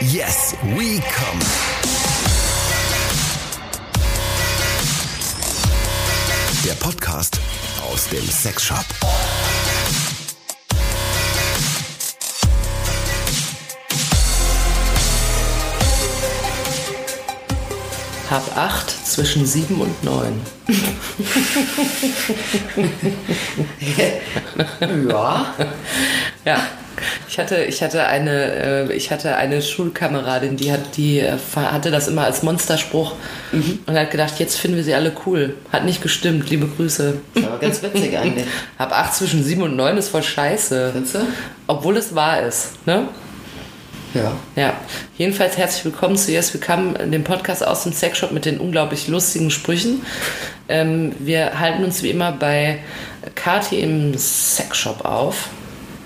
Yes, we come. Der Podcast aus dem Sexshop. Hab 8 zwischen 7 und 9. ja. Ja. Ich hatte, ich hatte eine, äh, ich hatte eine Schulkameradin, die hat, die äh, hatte das immer als Monsterspruch Mhm. und hat gedacht, jetzt finden wir sie alle cool. Hat nicht gestimmt, liebe Grüße. Das ist aber ganz witzig eigentlich. Hab 8 zwischen 7 und 9 ist voll scheiße. Findest du? Obwohl es wahr ist, ne? Ja. Ja, jedenfalls herzlich willkommen zu Yes We Come, dem Podcast aus dem Sexshop mit den unglaublich lustigen Sprüchen. Ähm, wir halten uns wie immer bei Kati im Sexshop auf.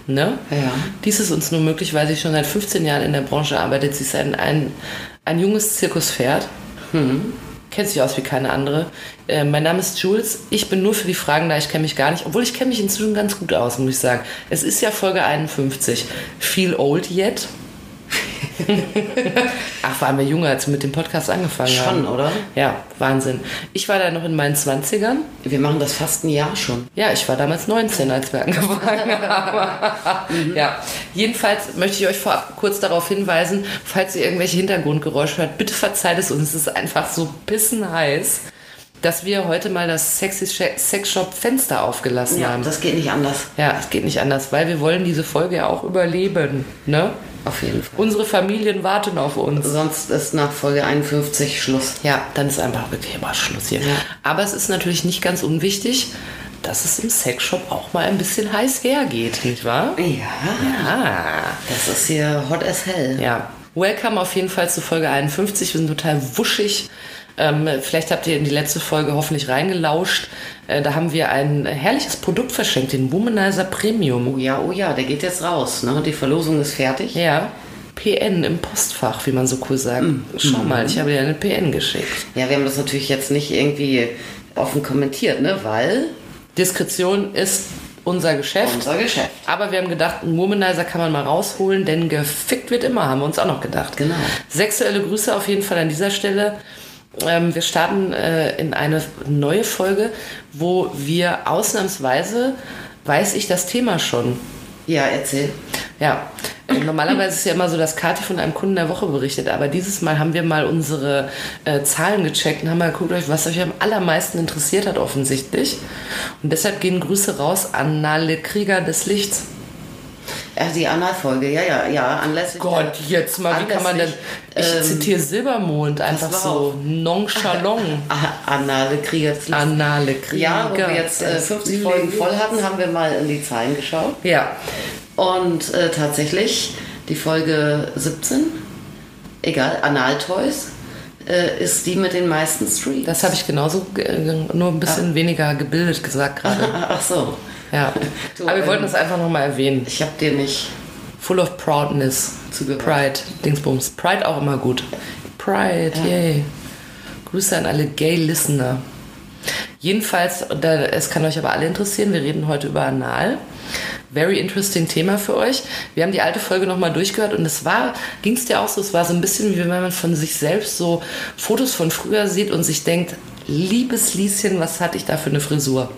Ne? Ja. Dies ist uns nur möglich, weil sie schon seit 15 Jahren in der Branche arbeitet. Sie ist ein, ein, ein junges Zirkuspferd. Kennt sich aus wie keine andere. Äh, mein Name ist Jules. Ich bin nur für die Fragen da. Ich kenne mich gar nicht. Obwohl ich kenne mich inzwischen ganz gut aus, muss ich sagen. Es ist ja Folge 51. Feel old yet? Ach, waren wir jünger, als wir mit dem Podcast angefangen haben. Schon, oder? Ja, Wahnsinn. Ich war da noch in meinen 20ern. Wir machen das fast ein Jahr schon. Ja, ich war damals 19, als wir angefangen haben. Mhm. ja. Jedenfalls möchte ich euch vorab kurz darauf hinweisen, falls ihr irgendwelche Hintergrundgeräusche hört, bitte verzeiht es uns. Es ist einfach so pissen heiß, dass wir heute mal das Sexy Sexshop Fenster aufgelassen Ja, haben. das geht nicht anders. ja, es geht nicht anders, weil wir wollen diese Folge ja auch überleben. Ne? Auf jeden Fall. Unsere Familien warten auf uns. Sonst ist nach Folge 51 Schluss. Ja, dann ist einfach wirklich immer Schluss hier. Aber es ist natürlich nicht ganz unwichtig, dass es im Sexshop auch mal ein bisschen heiß hergeht, nicht wahr? Ja. Ah, Das ist hier hot as hell. ja. Welcome auf jeden Fall zu Folge 51. Wir sind total wuschig. Ähm, vielleicht habt ihr in die letzte Folge hoffentlich reingelauscht. Äh, da haben wir ein herrliches Produkt verschenkt, den Womanizer Oh Premium. ja, oh ja, der geht jetzt raus. Ne? Die Verlosung ist fertig. Ja. PN im Postfach, wie man so cool sagt. Schau mal, ich habe dir eine PN geschickt. Ja, wir haben das natürlich jetzt nicht irgendwie offen kommentiert, ne? Weil Diskretion ist unser Geschäft. unser Geschäft. Aber wir haben gedacht, einen Womanizer kann man mal rausholen, denn gefickt wird immer, haben wir uns auch noch gedacht. Genau. Sexuelle Grüße auf jeden Fall an dieser Stelle. Ähm, wir starten äh, in eine neue Folge, wo wir ausnahmsweise, weiß ich das Thema schon. Ja, erzähl. Ja, äh, normalerweise ist ja immer so, dass Kathi von einem Kunden der Woche berichtet, aber dieses Mal haben wir mal unsere äh, Zahlen gecheckt und haben mal geguckt, euch, was euch am allermeisten interessiert hat offensichtlich. Und deshalb gehen Grüße raus an Nale Krieger des Lichts. Ja, die Analfolge, ja, ja, ja, anlässlich. Gott, der- jetzt mal, wie kann man denn. anlässlich, Ich ähm, zitiere Silbermond einfach pass mal so auf. nonchalant. Ah, Anale Krieger des Lichts. Anale Krieger. Ja, wo wir jetzt äh, 50 Folgen voll hatten, haben wir mal in die Zahlen geschaut. Ja, Und äh, tatsächlich, die Folge 17, egal, Anal Toys, äh, ist die mit den meisten Streams. das habe ich genauso, äh, nur ein Ah. bisschen weniger gebildet gesagt gerade. Ach so, Ja. Du, Aber wir ähm, wollten das einfach nochmal erwähnen. ich habe dir nicht. Full of Proudness. Zugehört. Pride, Dingsbums. Pride auch immer gut. Pride, yay. Grüße an alle Gay Listener. Jedenfalls, da, es kann euch aber alle interessieren, wir reden heute über Anal. Very interesting Thema für euch. Wir haben die alte Folge nochmal durchgehört und es war, ging es dir auch so, es war so ein bisschen wie wenn man von sich selbst so Fotos von früher sieht und sich denkt, liebes Lieschen, was hatte ich da für eine Frisur?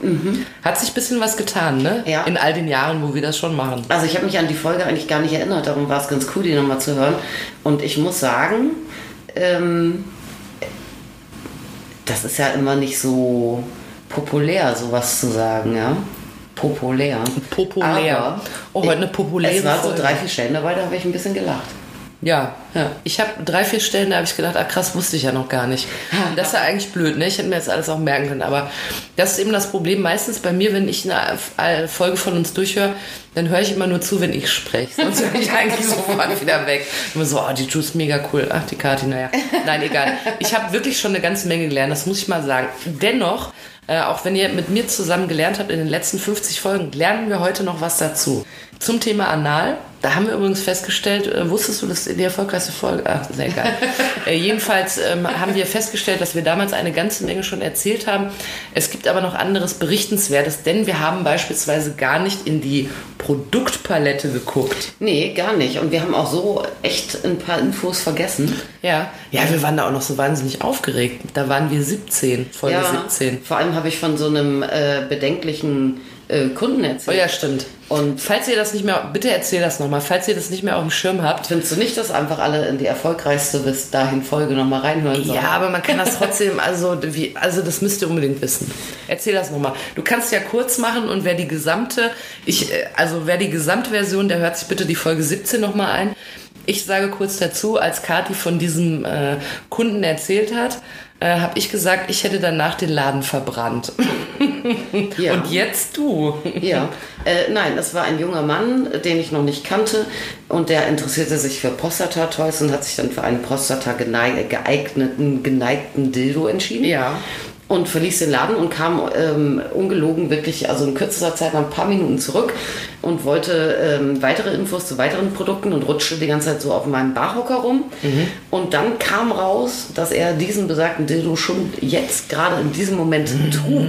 Hat sich ein bisschen was getan, ne? Ja. In all den Jahren, wo wir das schon machen. Also ich habe mich an die Folge eigentlich gar nicht erinnert, darum war es ganz cool, die nochmal zu hören. Und ich muss sagen, ähm, das ist ja immer nicht so populär, sowas zu sagen, ja. Populär. Populär. Aber Oh, heute eine populäre Es waren so Folge. drei, vier Stellen dabei, da habe ich ein bisschen gelacht. Ja, ja. Ich habe drei, vier Stellen, da habe ich gedacht, ah krass, wusste ich ja noch gar nicht. Das ist ja eigentlich blöd, ne? Ich hätte mir jetzt alles auch merken können. Aber das ist eben das Problem. Meistens bei mir, wenn ich eine äh, Folge von uns durchhöre, dann höre ich immer nur zu, wenn ich spreche. Sonst höre ich eigentlich sofort wieder weg. Immer so, oh, die Juice mega cool. Ach, die Kati, naja. Nein, egal. Ich habe wirklich schon eine ganze Menge gelernt, das muss ich mal sagen. Dennoch, äh, auch wenn ihr mit mir zusammen gelernt habt in den letzten 50 Folgen, lernen wir heute noch was dazu. Zum Thema Anal Da haben wir übrigens festgestellt, äh, wusstest du, das ist die erfolgreichste Folge? Ach, sehr geil. äh, jedenfalls ähm, haben wir festgestellt, dass wir damals eine ganze Menge schon erzählt haben. Es gibt aber noch anderes Berichtenswertes, denn wir haben beispielsweise gar nicht in die Produktpalette geguckt. Nee, gar nicht. Und wir haben auch so echt ein paar Infos vergessen. Ja. Ja, wir waren da auch noch so wahnsinnig aufgeregt. Da waren wir 17, Folge 17. Vor allem habe ich von so einem äh, bedenklichen äh, Kunden Oh erzählt. ja, stimmt. Und Falls ihr das nicht mehr, bitte erzähl das nochmal, falls ihr das nicht mehr auf dem Schirm habt. findest du nicht, dass einfach alle in die erfolgreichste bis dahin Folge nochmal reinhören sollen? Ja, aber man kann das trotzdem, also, wie, also das müsst ihr unbedingt wissen. Erzähl das nochmal. Du kannst ja kurz machen und wer die gesamte, ich, äh, also wer die Gesamtversion, der hört sich bitte die Folge 17 nochmal ein. Ich sage kurz dazu, als Kati von diesem äh, Kunden erzählt hat, äh, habe ich gesagt, ich hätte danach den Laden verbrannt. Ja. Und jetzt du. Ja, äh, nein, es war ein junger Mann, den ich noch nicht kannte und der interessierte sich für Prostata-Toys und hat sich dann für einen Prostata genei- geeigneten, geneigten Dildo entschieden. Ja. Und verließ den Laden und kam ähm, ungelogen wirklich, also in kürzester Zeit, nach ein paar Minuten zurück und wollte ähm, weitere Infos zu weiteren Produkten und rutschte die ganze Zeit so auf meinem Barhocker rum. Und dann kam raus, dass er diesen besagten Dildo schon jetzt gerade in diesem Moment trug.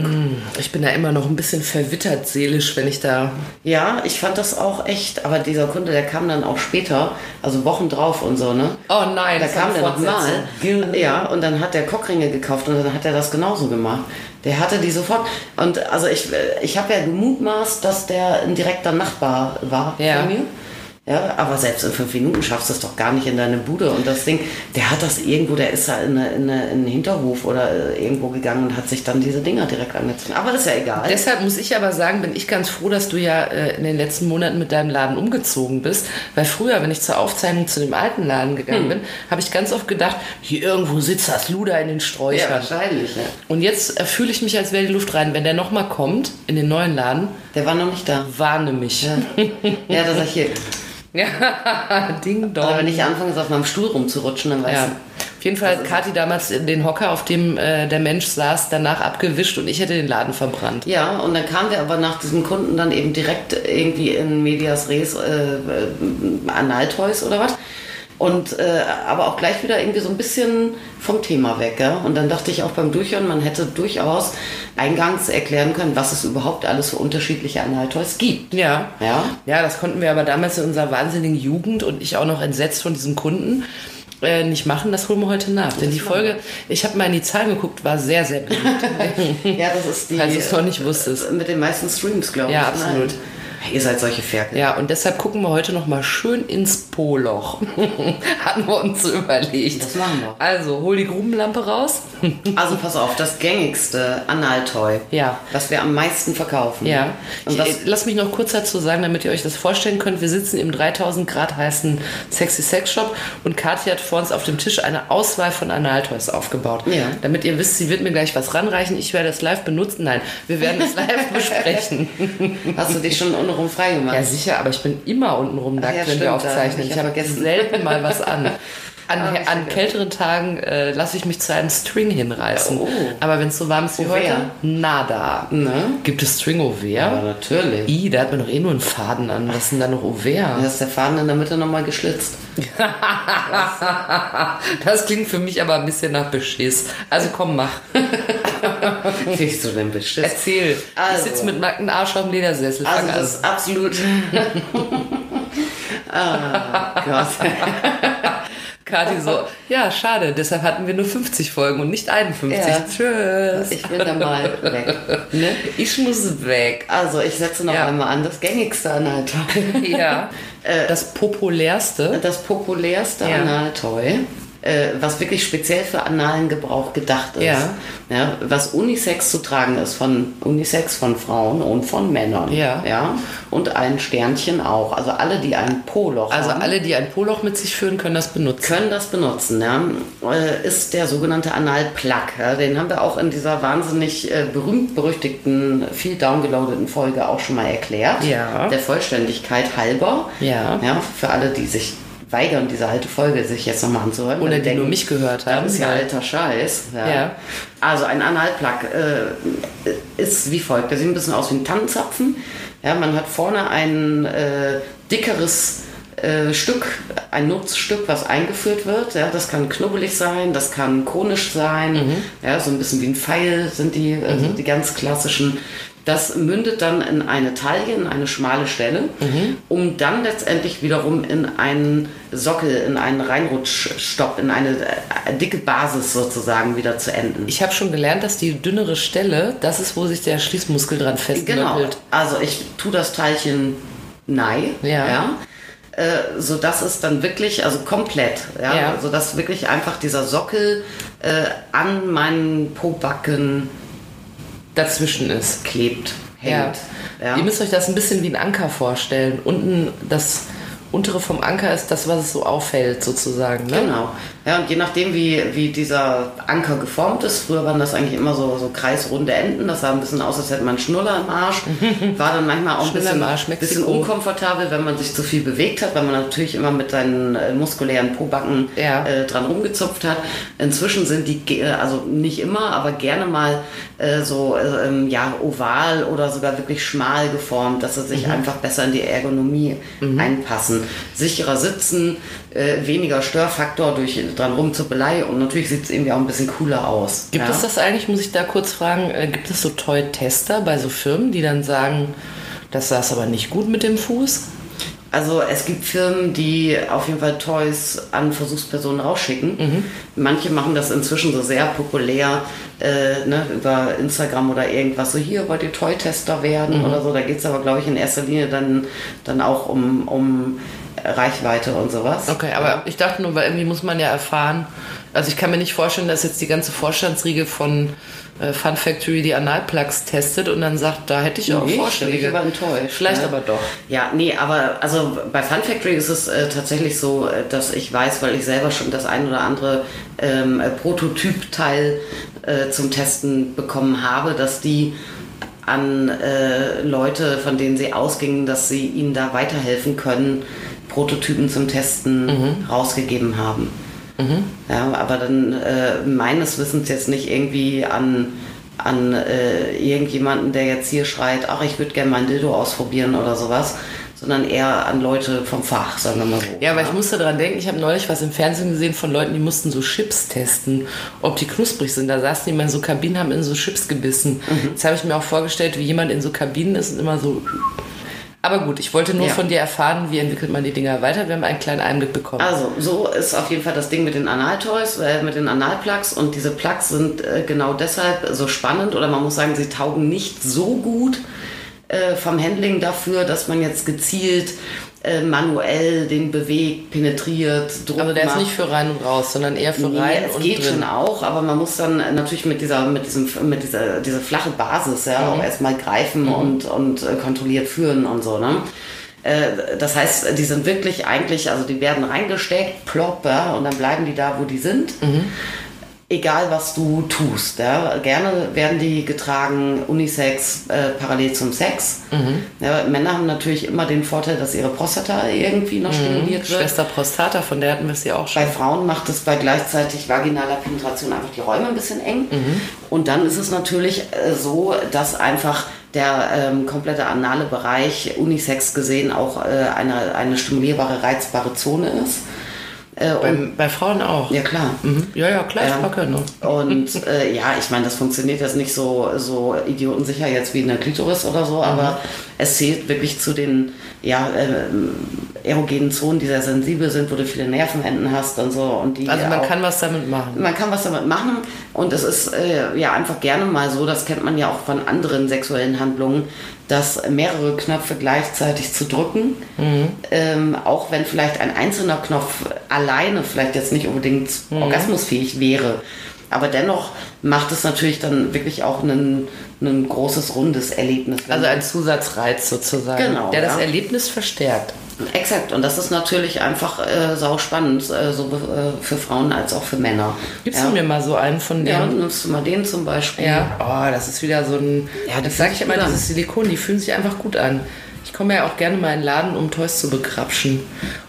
Ich bin da immer noch ein bisschen verwittert seelisch, wenn ich da Ja, ich fand das auch echt, aber dieser Kunde, der kam dann auch später, also Wochen drauf und so, ne? Oh nein, Da das kam war der nochmal. Fortsetzung. Ja, und dann hat der Kochringe gekauft und dann hat er das genauso gemacht. Der hatte die sofort. Und also ich, ich habe ja gemutmaßt, dass der ein direkter Nachbar war Ja. von mir. Ja, aber selbst in fünf Minuten schaffst du es doch gar nicht in deine Bude. Und das Ding, der hat das irgendwo, der ist da in, eine, in, eine, in den Hinterhof oder äh, irgendwo gegangen und hat sich dann diese Dinger direkt angezogen. Aber ist ja egal. Deshalb muss ich aber sagen, bin ich ganz froh, dass du ja äh, in den letzten Monaten mit deinem Laden umgezogen bist. Weil früher, wenn ich zur Aufzeichnung zu dem alten Laden gegangen Hm. bin, habe ich ganz oft gedacht, hier irgendwo sitzt das Luder in den ja, Sträuchern. wahrscheinlich. Ne? Und jetzt äh, fühle ich mich, als wäre die Luft rein. Wenn der nochmal kommt in den neuen Laden, Der war noch nicht da. warne mich. Ja, Ja, da sag ich hier. ding Oder wenn dong. ich anfange, so auf meinem Stuhl rumzurutschen, dann weiß Ja. ich. Also Auf jeden Fall hat Kathi damals den Hocker, auf dem äh, der Mensch saß, danach abgewischt und ich hätte den Laden verbrannt. Ja, und dann kamen wir aber nach diesem Kunden dann eben direkt irgendwie in Medias Res, äh, äh, Analtoys oder was. Und äh, aber auch gleich wieder irgendwie so ein bisschen vom Thema weg. Gell? Und dann dachte ich auch beim Durchhören, man hätte durchaus eingangs erklären können, was es überhaupt alles für unterschiedliche Analtoys gibt. Ja. Ja. Ja, das konnten wir aber damals in unserer wahnsinnigen Jugend und ich auch noch entsetzt von diesem Kunden äh, nicht machen. Das holen wir heute nach. Denn die Folge, ich habe mal in die Zahlen geguckt, war sehr, sehr beliebt, Ja, das ist falls du die Hm. Also es noch nicht wusstest. mit den meisten Streams, glaube Ja, ich. absolut. Nein. Ihr seid solche Ferkel. Ja, und deshalb gucken wir heute nochmal schön ins Po-Loch. Hatten wir uns so überlegt. Das machen wir. Also, hol die Grubenlampe raus. Also pass auf, das gängigste Analtoy, Ja. was wir am meisten verkaufen. Ja. Und Ich, was, äh, lass mich noch kurz dazu sagen, damit ihr euch das vorstellen könnt. Wir sitzen im 3000 Grad heißen Sexy Sex Shop und Kathi hat vor uns auf dem Tisch eine Auswahl von Analtoys aufgebaut. Ja. Damit ihr wisst, sie wird mir gleich was ranreichen. Ich werde es live benutzen. Nein, wir werden es live besprechen. hast du dich schon untenrum frei gemacht? Ja, sicher, aber ich bin immer untenrum nackt, ja, wenn stimmt, wir da aufzeichnen. hab ich Ich Ah, ja habe vergessen. selten mal was an. An, ich an vergessen. kälteren Tagen äh, lasse ich mich zu einem String hinreißen. Oh. Aber wenn es so warm ist wie Au heute, weia. nada. Ne? Gibt es string au Ja, Ja, natürlich. I, da hat man doch eh nur einen Faden an. Was ist denn da noch Da Auvert? ist der Faden in der Mitte nochmal geschlitzt. Das klingt für mich aber ein bisschen nach Beschiss. Also komm, mach. Kriegst du denn beschissen? Erzähl. Ich Also. sitze mit nacktem Arsch auf dem Ledersessel. Also Fang das absolute... ah, Gott. an. Kathi so, ja, schade, deshalb hatten wir nur 50 Folgen und nicht 51. Ja. Tschüss. Ich bin da mal weg. Ne? Ich muss weg. Also ich setze noch Ja. einmal an, das gängigste Analtoy. Ja. Äh. das populärste. das populärste Ja. Analtoy, äh, was wirklich speziell für analen Gebrauch gedacht ist. Ja. Ja, was Unisex zu tragen ist, von Unisex von Frauen und von Männern. Ja. ja? Und ein Sternchen auch. Also alle, die ein Poloch Also haben. alle, die ein Poloch mit sich führen, können das benutzen. können das benutzen, ja? Äh, ist der sogenannte Anal-Plug. Ja? Den haben wir auch in dieser wahnsinnig äh, berühmt-berüchtigten, viel downgeloadeten Folge auch schon mal erklärt. Ja. Der Vollständigkeit halber. Ja. ja. Für alle, die sich weigern, diese alte Folge sich jetzt nochmal anzuhören. Oder dann die nur mich gehört haben. Das ist ja weil- alter Scheiß. Ja. Also ein Analplug äh, ist wie folgt. Der sieht ein bisschen aus wie ein Tannenzapfen. Ja, man hat vorne ein äh, dickeres äh, Stück, ein Nutzstück, was eingeführt wird. Ja, das kann knubbelig sein, das kann konisch sein, ja, so ein bisschen wie ein Pfeil sind die, äh, sind die ganz klassischen. Das mündet dann in eine Taille, in eine schmale Stelle, um dann letztendlich wiederum in einen Sockel, in einen Reinrutschstopp, in eine äh, dicke Basis sozusagen wieder zu enden. Ich habe schon gelernt, dass die dünnere Stelle, das ist, wo sich der Schließmuskel dran Genau. festknöpelt. Also ich tue das Teilchen nein, Ja. Äh, so dass es dann wirklich, also komplett, ja, Ja. so dass wirklich einfach dieser Sockel äh, an meinen Pobacken Dazwischen ist. klebt, Ja. hängt. Ja. Ihr müsst euch das ein bisschen wie einen Anker vorstellen. Unten das untere vom Anker ist das, was es so aufhält, sozusagen. Ne? Genau. Ja, und je nachdem, wie, wie dieser Anker geformt ist, früher waren das eigentlich immer so, so kreisrunde Enden, das sah ein bisschen aus, als hätte man einen Schnuller im Arsch. War dann manchmal auch ein Schnuller bisschen, im Arsch, Mexiko. bisschen unkomfortabel, wenn man sich zu viel bewegt hat, weil man natürlich immer mit seinen äh, muskulären Pobacken Ja. äh, dran rumgezupft hat. Inzwischen sind die, ge- äh, also nicht immer, aber gerne mal äh, so äh, ähm, ja, oval oder sogar wirklich schmal geformt, dass sie sich Mhm. einfach besser in die Ergonomie einpassen. Sicherer sitzen, äh, weniger Störfaktor durch dran rumzubelei und natürlich sieht es irgendwie auch ein bisschen cooler aus. Gibt ja? es das eigentlich, muss ich da kurz fragen, äh, gibt es so Toy-Tester bei so Firmen, die dann sagen, das saß aber nicht gut mit dem Fuß? Also es gibt Firmen, die auf jeden Fall Toys an Versuchspersonen rausschicken. Manche machen das inzwischen so sehr populär äh, ne, über Instagram oder irgendwas. So hier wollt ihr Toy-Tester werden oder so. Da geht es aber, glaube ich, in erster Linie dann, dann auch um, um Reichweite und sowas. Okay, aber ich dachte nur, weil irgendwie muss man ja erfahren, also ich kann mir nicht vorstellen, dass jetzt die ganze Vorstandsriege von äh, Fun Factory die Analplugs testet und dann sagt, da hätte ich auch Nee, ich bin Vorschläge. aber enttäuscht, Vielleicht ne? aber doch. Ja, nee, aber also bei Fun Factory ist es äh, tatsächlich so, äh, dass ich weiß, weil ich selber schon das ein oder andere ähm, äh, Prototypteil äh, zum Testen bekommen habe, dass die an äh, Leute, von denen sie ausgingen, dass sie ihnen da weiterhelfen können, Prototypen zum Testen rausgegeben haben. Ja, aber dann äh, meines Wissens jetzt nicht irgendwie an, an äh, irgendjemanden, der jetzt hier schreit, ach, ich würde gerne mal ein Dildo ausprobieren oder sowas, sondern eher an Leute vom Fach, sagen wir mal so. Ja, aber ich musste dran denken, ich habe neulich was im Fernsehen gesehen von Leuten, die mussten so Chips testen, ob die knusprig sind. Da saßen die mal in so Kabinen, haben in so Chips gebissen. Jetzt habe ich mir auch vorgestellt, wie jemand in so Kabinen ist und immer so. Aber gut, ich wollte nur Ja. von dir erfahren, wie entwickelt man die Dinger weiter. Wir haben einen kleinen Einblick bekommen. Also, so ist auf jeden Fall das Ding mit den Analtoys, äh, mit den Analplugs. Und diese Plugs sind äh, genau deshalb so spannend oder man muss sagen, sie taugen nicht so gut äh, vom Handling dafür, dass man jetzt gezielt äh, manuell den bewegt, penetriert, Druck also der ist macht. nicht für rein und raus, sondern eher für Nee, rein es und geht drin. schon auch, aber man muss dann äh, natürlich mit dieser, mit diesem, mit dieser, diese flache Basis ja Mhm. auch erstmal greifen und, und äh, kontrolliert führen und so, ne? Äh, Das heißt, äh, die sind wirklich eigentlich, also die werden reingesteckt, plopp, ja, und dann bleiben die da, wo die sind. Mhm. Egal, was du tust. Ja. Gerne werden die getragen, Unisex, äh, parallel zum Sex. Mhm. Ja, Männer haben natürlich immer den Vorteil, dass ihre Prostata irgendwie Mhm. noch stimuliert wird. Schwester Prostata, von der hatten wir es ja auch schon. Bei Frauen macht es bei gleichzeitig vaginaler Penetration einfach die Räume ein bisschen eng. Und dann ist es natürlich äh, so, dass einfach der ähm, komplette anale Bereich unisex gesehen auch äh, eine, eine stimulierbare, reizbare Zone ist. Äh, und, Ähm, Bei, bei Frauen auch. ja klar. Mhm. ja, ja, klar, ne? ich mag ja nur. Ähm, Und äh, ja, ich meine, das funktioniert jetzt nicht so, so idiotensicher jetzt wie in der Klitoris oder so, aber Mhm. es zählt wirklich zu den ja, ähm, erogenen Zonen, die sehr sensibel sind, wo du viele Nervenenden hast und so. Und die Also man auch- kann was damit machen. man kann was damit machen und es ist äh, ja einfach gerne mal so, das kennt man ja auch von anderen sexuellen Handlungen, dass mehrere Knöpfe gleichzeitig zu drücken, Mhm. ähm, auch wenn vielleicht ein einzelner Knopf alleine vielleicht jetzt nicht unbedingt Mhm. orgasmusfähig wäre. Aber dennoch macht es natürlich dann wirklich auch ein einen großes, rundes Erlebnis. wenn Also ein Zusatzreiz sozusagen, Genau, der das ja. Erlebnis verstärkt. Exakt, und das ist natürlich einfach äh, sauspannend, äh, sowohl äh, für Frauen als auch für Männer. Gibst ja. du mir mal so einen von ja, denen? nimmst du mal den zum Beispiel. Ja. Oh, das ist wieder so ein. Ja, die das sage fühlen ich sich immer, gut an. dieses Silikon, die fühlen sich einfach gut an. Ich komme ja auch gerne mal in den Laden, um Toys zu bekrapschen.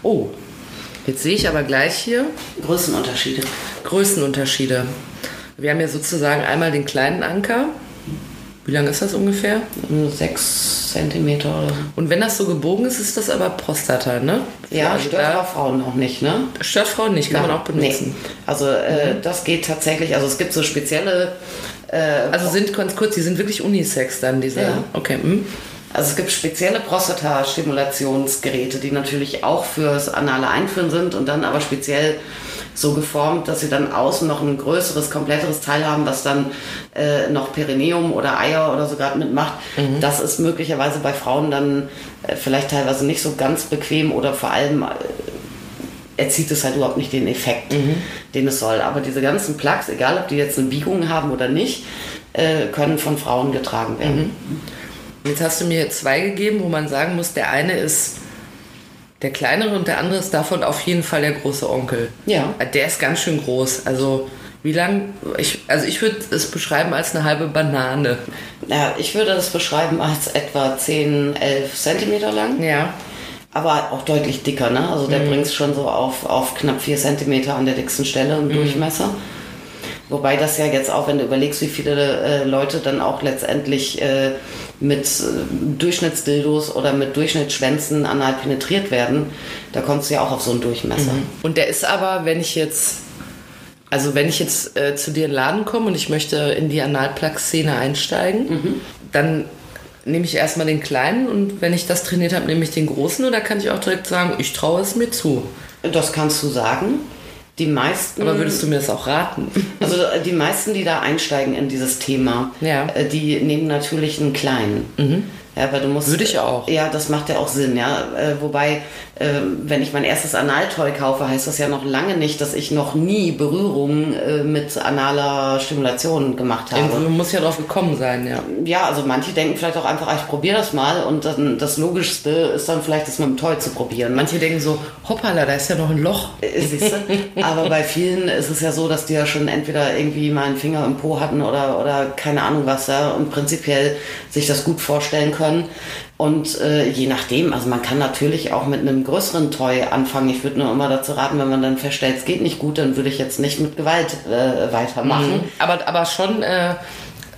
Oh, jetzt sehe ich aber gleich hier Größenunterschiede. Größenunterschiede. Wir haben ja sozusagen einmal den kleinen Anker Wie lang ist das ungefähr? Sechs Zentimeter oder so. Und wenn das so gebogen ist, ist das aber Prostata, ne? Ja, Also stört da- aber Frauen auch nicht, ne? Stört Frauen nicht, kann man auch benutzen. Mhm. Nee. Also äh, das geht tatsächlich, also es gibt so spezielle, äh, Also sind ganz kurz, die sind wirklich unisex dann, diese. Ja. Okay. Hm. also es gibt spezielle Prostata-Stimulationsgeräte, die natürlich auch fürs anale Einführen sind und dann aber speziell so geformt, dass sie dann außen noch ein größeres, kompletteres Teil haben, was dann äh, noch Perineum oder Eier oder so gerade mitmacht. Das ist möglicherweise bei Frauen dann äh, vielleicht teilweise nicht so ganz bequem oder vor allem äh, erzielt es halt überhaupt nicht den Effekt, den es soll. Aber diese ganzen Plugs, egal ob die jetzt eine Biegung haben oder nicht, äh, können von Frauen getragen werden. Jetzt hast du mir zwei gegeben, wo man sagen muss, der eine ist der kleinere und der andere ist davon auf jeden Fall der große Onkel. Ja. Der ist ganz schön groß. Also wie lang? Ich, also ich würde es beschreiben als eine halbe Banane. Ja, ich würde das beschreiben als etwa 10, 11 Zentimeter lang, Ja. aber auch deutlich dicker. Ne? Also der bringt es schon so auf, auf knapp 4 Zentimeter an der dicksten Stelle im Durchmesser. Wobei das ja jetzt auch, wenn du überlegst, wie viele äh, Leute dann auch letztendlich äh, mit äh, Durchschnittsdildos oder mit Durchschnittsschwänzen anal penetriert werden, da kommst du ja auch auf so einen Durchmesser. Und der ist aber, wenn ich jetzt, also wenn ich jetzt äh, zu dir in den Laden komme und ich möchte in die Analplug-Szene einsteigen, dann nehme ich erstmal den kleinen und wenn ich das trainiert habe, nehme ich den großen oder kann ich auch direkt sagen, ich traue es mir zu. Das kannst du sagen. Die meisten, Aber würdest du mir das auch raten? also die meisten, die da einsteigen in dieses Thema, Ja. Mhm. äh, die nehmen natürlich einen kleinen. Ja, weil du musst, äh, Würde ich auch. Ja, das macht ja auch Sinn. Ja, äh, wobei, äh, wenn ich mein erstes Analtoy kaufe, heißt das ja noch lange nicht, dass ich noch nie Berührung äh, mit analer Stimulation gemacht habe. Irgendwo muss ja drauf gekommen sein, ja. Ja, also manche denken vielleicht auch einfach, ah, ich probiere das mal und dann das Logischste ist dann vielleicht, das mit dem Toy zu probieren. Manche Manche denken so, hoppala, da ist ja noch ein Loch. Äh, Siehst du? Aber bei vielen ist es ja so, dass die ja schon entweder irgendwie mal einen Finger im Po hatten oder, oder keine Ahnung was da und prinzipiell sich das gut vorstellen können. Und äh, je nachdem, also man kann natürlich auch mit einem größeren Toy anfangen. Ich würde nur immer dazu raten, wenn man dann feststellt, es geht nicht gut, dann würde ich jetzt nicht mit Gewalt äh, weitermachen. Mhm. Aber, aber schon äh,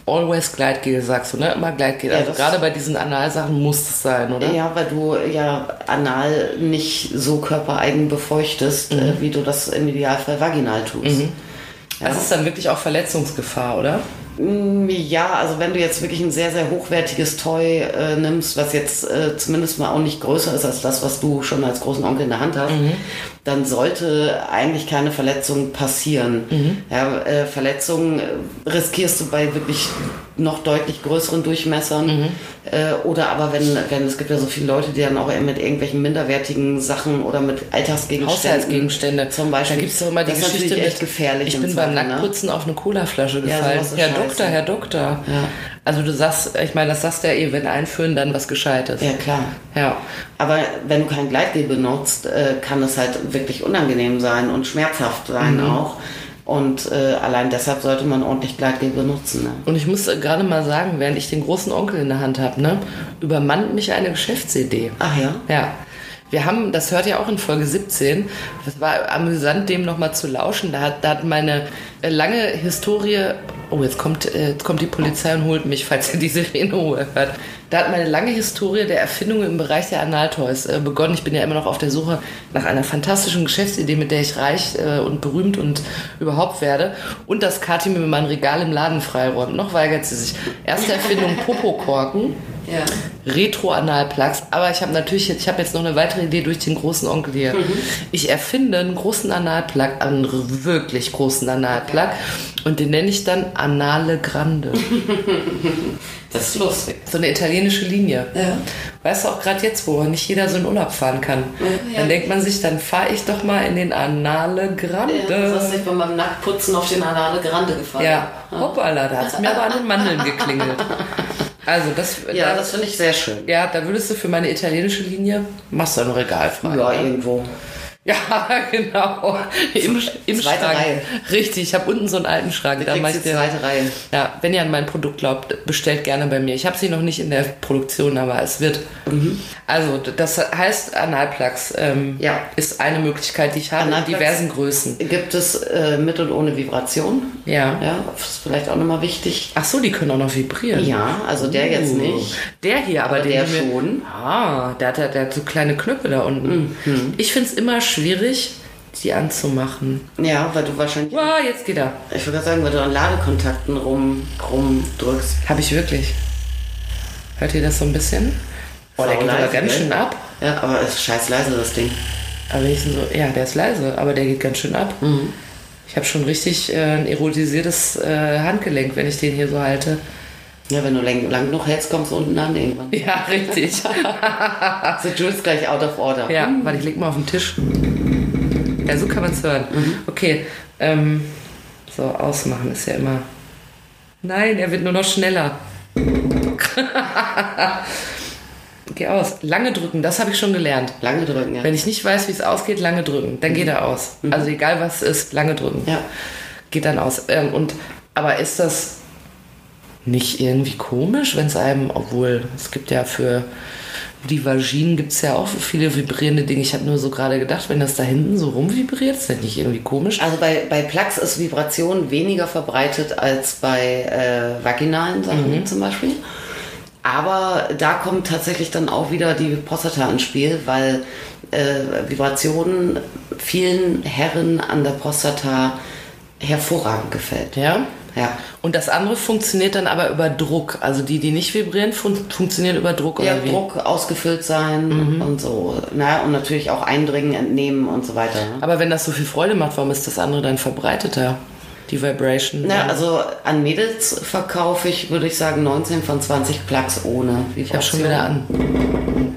always Gleitgel, sagst du, ne? Immer Gleitgel. also das- gerade bei diesen Analsachen muss es sein, oder? Ja, weil du ja anal nicht so körpereigen befeuchtest, äh, wie du das im Idealfall vaginal tust. Das ist dann wirklich auch Verletzungsgefahr, oder? Ja, also wenn du jetzt wirklich ein sehr, sehr hochwertiges Toy äh, nimmst, was jetzt äh, zumindest mal auch nicht größer ist als das, was du schon als großen Onkel in der Hand hast, Mhm. dann sollte eigentlich keine Verletzung passieren. Mhm. Ja, äh, Verletzungen äh, riskierst du bei wirklich noch deutlich größeren Durchmessern. Mhm. Äh, oder aber wenn, wenn es gibt ja so viele Leute, die dann auch eher mit irgendwelchen minderwertigen Sachen oder mit Alltagsgegenständen. Haushaltsgegenstände. Zum Beispiel. Da gibt es doch immer die das ist Geschichte natürlich mit, echt gefährlich. ich im bin beim Zweifel, ne? Nacktputzen auf eine Colaflasche Ja, gefallen. sowas ist Herr scheiße. Doktor, Herr Doktor. Ja. Also du sagst, ich meine, das sagst du ja eh, wenn einführen, dann was Gescheites. Ja, klar. Ja. Aber wenn du kein Gleitgel benutzt, äh, kann es halt wirklich unangenehm sein und schmerzhaft sein auch. Und äh, allein deshalb sollte man ordentlich Gleitgel benutzen. Ne? Und ich muss äh, gerade mal sagen, während ich den großen Onkel in der Hand habe, ne, übermannt mich eine Geschäftsidee. Ach ja? Ja. Wir haben, das hört ihr auch in Folge 17, das war amüsant, dem nochmal zu lauschen. Da hat, da hat meine äh, lange Historie, oh, jetzt kommt, äh, jetzt kommt die Polizei und holt mich, falls ihr die Sirene hört. Da hat meine lange Historie der Erfindungen im Bereich der Analtoys äh, begonnen. Ich bin ja immer noch auf der Suche nach einer fantastischen Geschäftsidee, mit der ich reich äh, und berühmt und überhaupt werde. Und dass Kathi mir mein Regal im Laden freiräumt. Noch weigert sie sich. Erste Erfindung, Popokorken. Ja. Retroanalplugs, aber ich habe natürlich jetzt, ich habe jetzt noch eine weitere Idee durch den großen Onkel hier. Ich erfinde einen großen Analplug, einen r- wirklich großen Analplug und den nenne ich dann Anale Grande. Das ist lustig. So eine italienische Linie. Ja. Weißt du auch gerade jetzt, wo nicht jeder so in Urlaub fahren kann. Dann denkt man sich, dann fahre ich doch mal in den Anale Du hast Grande. dich bei meinem Nacktputzen auf den Anale Grande gefallen. Ja, hoppala, da hat es mir aber an den Mandeln geklingelt. Also das, Ja, da- das finde ich sehr schön. ja, da würdest du für meine italienische Linie, machst du ein Regal frei. Ja, irgendwo. Ja, genau. Im, im Zweite Schrank. Reihe. Richtig, ich habe unten so einen alten Schrank. Du kriegst ich die den- zweite Reihe. Ja, wenn ihr an mein Produkt glaubt, bestellt gerne bei mir. Ich habe sie noch nicht in der Produktion, aber es wird. Mhm. Also, d- das heißt, Analplugs ähm, Ja. ist eine Möglichkeit, die ich habe in Analplugs- diversen Größen. Gibt es äh, mit und ohne Vibration? Ja. Ja, ist vielleicht auch nochmal wichtig. Ach so, die können auch noch vibrieren. Ja, also der jetzt Uh, nicht. Der hier, aber, Aber den der du mir- schon. Ah, der hat, der hat so kleine Knöpfe da unten. Mhm. Ich finde es immer schwierig, die anzumachen. Ja, weil du wahrscheinlich, Wow, jetzt geht er. ich würde gerade sagen, weil du an Ladekontakten rum, rumdrückst. Habe ich wirklich. Hört ihr das so ein bisschen? Boah, der geht Sauleise, aber ganz gell? schön ab. Ja, aber es ist scheiß leise, das Ding. Aber ich so, ja, der ist leise, aber der geht ganz schön ab. Ich habe schon richtig äh, ein erotisiertes äh, Handgelenk, wenn ich den hier so halte. Ja, wenn du lang, lang noch hältst, kommst du unten an irgendwann. Ja, richtig. Also Jules gleich out of order. ja, warte, ich leg mal auf den Tisch. Ja, so kann man es hören. Okay, ähm, so ausmachen ist ja immer. Nein, er wird nur noch schneller. Geh aus. Lange drücken, das habe ich schon gelernt. Lange drücken, ja. Mhm. Wenn ich nicht weiß, wie es ausgeht, lange drücken. Dann geht er aus. Also egal was es ist, lange drücken. Ja. Geht dann aus. Ähm, und, aber ist das nicht irgendwie komisch, wenn es einem, obwohl es gibt ja für die Vaginen gibt es ja auch viele vibrierende Dinge. Ich habe nur so gerade gedacht, wenn das da hinten so rumvibriert, ist das nicht irgendwie komisch? Also bei, bei Plax ist Vibration weniger verbreitet als bei äh, vaginalen Sachen Mhm. zum Beispiel. Aber da kommt tatsächlich dann auch wieder die Prostata ins Spiel, weil äh, Vibrationen vielen Herren an der Prostata hervorragend gefällt. Ja. Ja. Und das andere funktioniert dann aber über Druck. Also die, die nicht vibrieren, fun funktionieren über Druck Ja, oder wie? Mhm. Druck ausgefüllt sein und so. Na, und natürlich auch eindringen, entnehmen und so weiter. Ne? Aber wenn das so viel Freude macht, warum ist das andere dann verbreiteter? Die Vibration. Na, also an Mädels verkaufe ich, würde ich sagen, 19 von 20 Plugs ohne. Vibration. ich habe schon wieder an.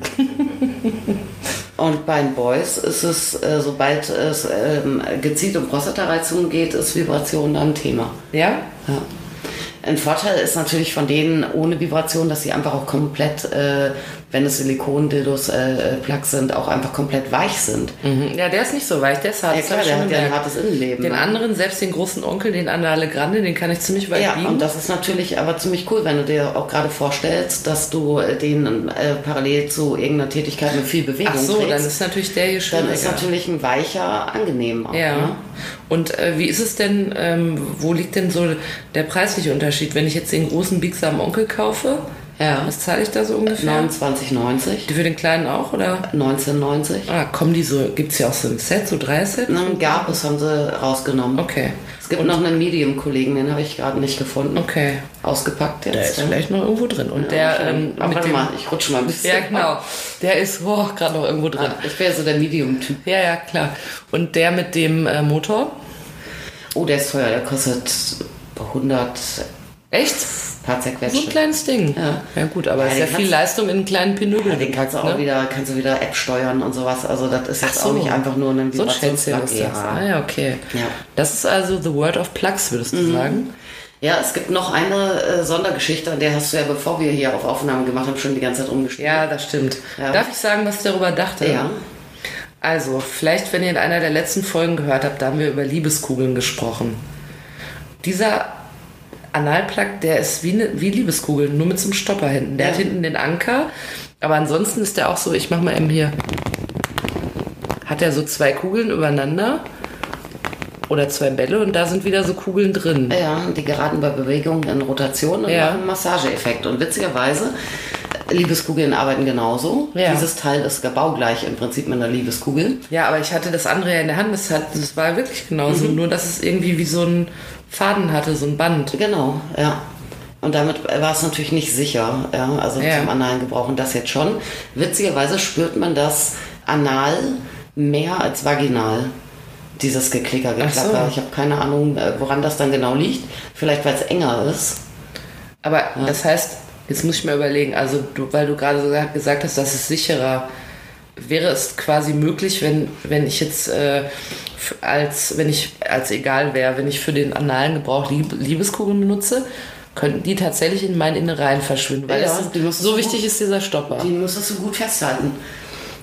Und bei den Boys ist es, äh, sobald es ähm, gezielt um Prostatareizung geht, ist Vibration dann Thema. Ja? Ja. Ein Vorteil ist natürlich von denen ohne Vibration, dass sie einfach auch komplett, äh, wenn es Silikondildos äh, Plugs sind, auch einfach komplett weich sind. Ja, der ist nicht so weich, der ist hart. Ja, Mhm. das klar, hab ich der schon hat ja ein gemerkt. hartes Innenleben. Den ne? anderen, selbst den großen Onkel, den Annale Grande, den kann ich ziemlich weit Ja, biegen. und das ist natürlich aber ziemlich cool, wenn du dir auch gerade vorstellst, dass du äh, den äh, parallel zu irgendeiner Tätigkeit mit viel Bewegung Ach so, trägst. dann ist natürlich der hier schwieriger. dann ist natürlich ein weicher angenehm auch. ja. Ne? Und äh, wie ist es denn, ähm, wo liegt denn so der preisliche Unterschied? Wenn ich jetzt den großen biegsamen Onkel kaufe, Ja. was zahle ich da so ungefähr? 29,90. Für den kleinen auch, oder? 19,90. Ah, kommen die so, gibt es ja auch so ein Set, so drei Sets? Dann gab es, haben sie rausgenommen. Okay. Es gibt noch einen Medium-Kollegen, den habe ich gerade nicht gefunden. Okay. Ausgepackt jetzt. Der ist ja. vielleicht noch irgendwo drin. Und Ja, der ähm, aber mit warte dem, mal, ich rutsche mal ein bisschen. Ja, genau. Der ist oh, gerade noch irgendwo drin. Ich bin ja so der Medium-Typ. Ja, ja, klar. Und der mit dem äh, Motor? Oh, der ist teuer, der kostet 100 Echt? paar zerquetschte. So ein kleines Ding. Ja. gut, aber Ja, ist den ja viel kannst- Leistung in einem kleinen Pinöbel. Ah, Den kannst du auch ne? wieder, kannst du wieder App steuern und sowas. Also das ist jetzt Ach so. auch nicht einfach nur ein So ein Schätzchen Vibrationsplug. ist das. Ah Ja. ja, okay. Ja. Mhm. Das ist also the word of plugs, würdest du sagen? ja, es gibt noch eine äh, Sondergeschichte, an der hast du ja, bevor wir hier auf Aufnahme gemacht haben, schon die ganze Zeit rumgespielt. Ja, das stimmt. Ja. Darf ich sagen, was ich darüber dachte? Ja. Also, vielleicht, wenn ihr in einer der letzten Folgen gehört habt, da haben wir über Liebeskugeln gesprochen. Dieser Analplug, der ist wie, ne, wie Liebeskugeln, nur mit so einem Stopper hinten. Der Ja. hat hinten den Anker, aber ansonsten ist der auch so, ich mach mal eben hier. Hat er so zwei Kugeln übereinander oder zwei Bälle und da sind wieder so Kugeln drin. Ja, die geraten bei Bewegung in Rotation und Ja. machen einen Massageeffekt. Und witzigerweise, Liebeskugeln arbeiten genauso. Ja. Dieses Teil ist baugleich im Prinzip mit einer Liebeskugel. Ja, aber ich hatte das andere ja in der Hand, das, hat, das war wirklich genauso, nur dass es irgendwie wie so einen Faden hatte, so ein Band. Genau, ja. Und damit war es natürlich nicht sicher, ja, also Ja. zum analen Gebrauch und das jetzt schon. Witzigerweise spürt man das anal mehr als vaginal, dieses Geklicker, Geklapper. so. Ich habe keine Ahnung, äh, woran das dann genau liegt. Vielleicht, weil es enger ist. Aber das heißt, jetzt muss ich mir überlegen, also du, weil du gerade so gesagt- gesagt hast, das ist sicherer. Wäre es quasi möglich, wenn, wenn ich jetzt äh, f- als wenn ich als egal wäre, wenn ich für den analen Gebrauch Lieb Liebeskugeln benutze, könnten die tatsächlich in meinen Innereien verschwinden, weil Ja, das die ist, müssen so so- wichtig ist dieser Stopper. Den musstest du gut festhalten.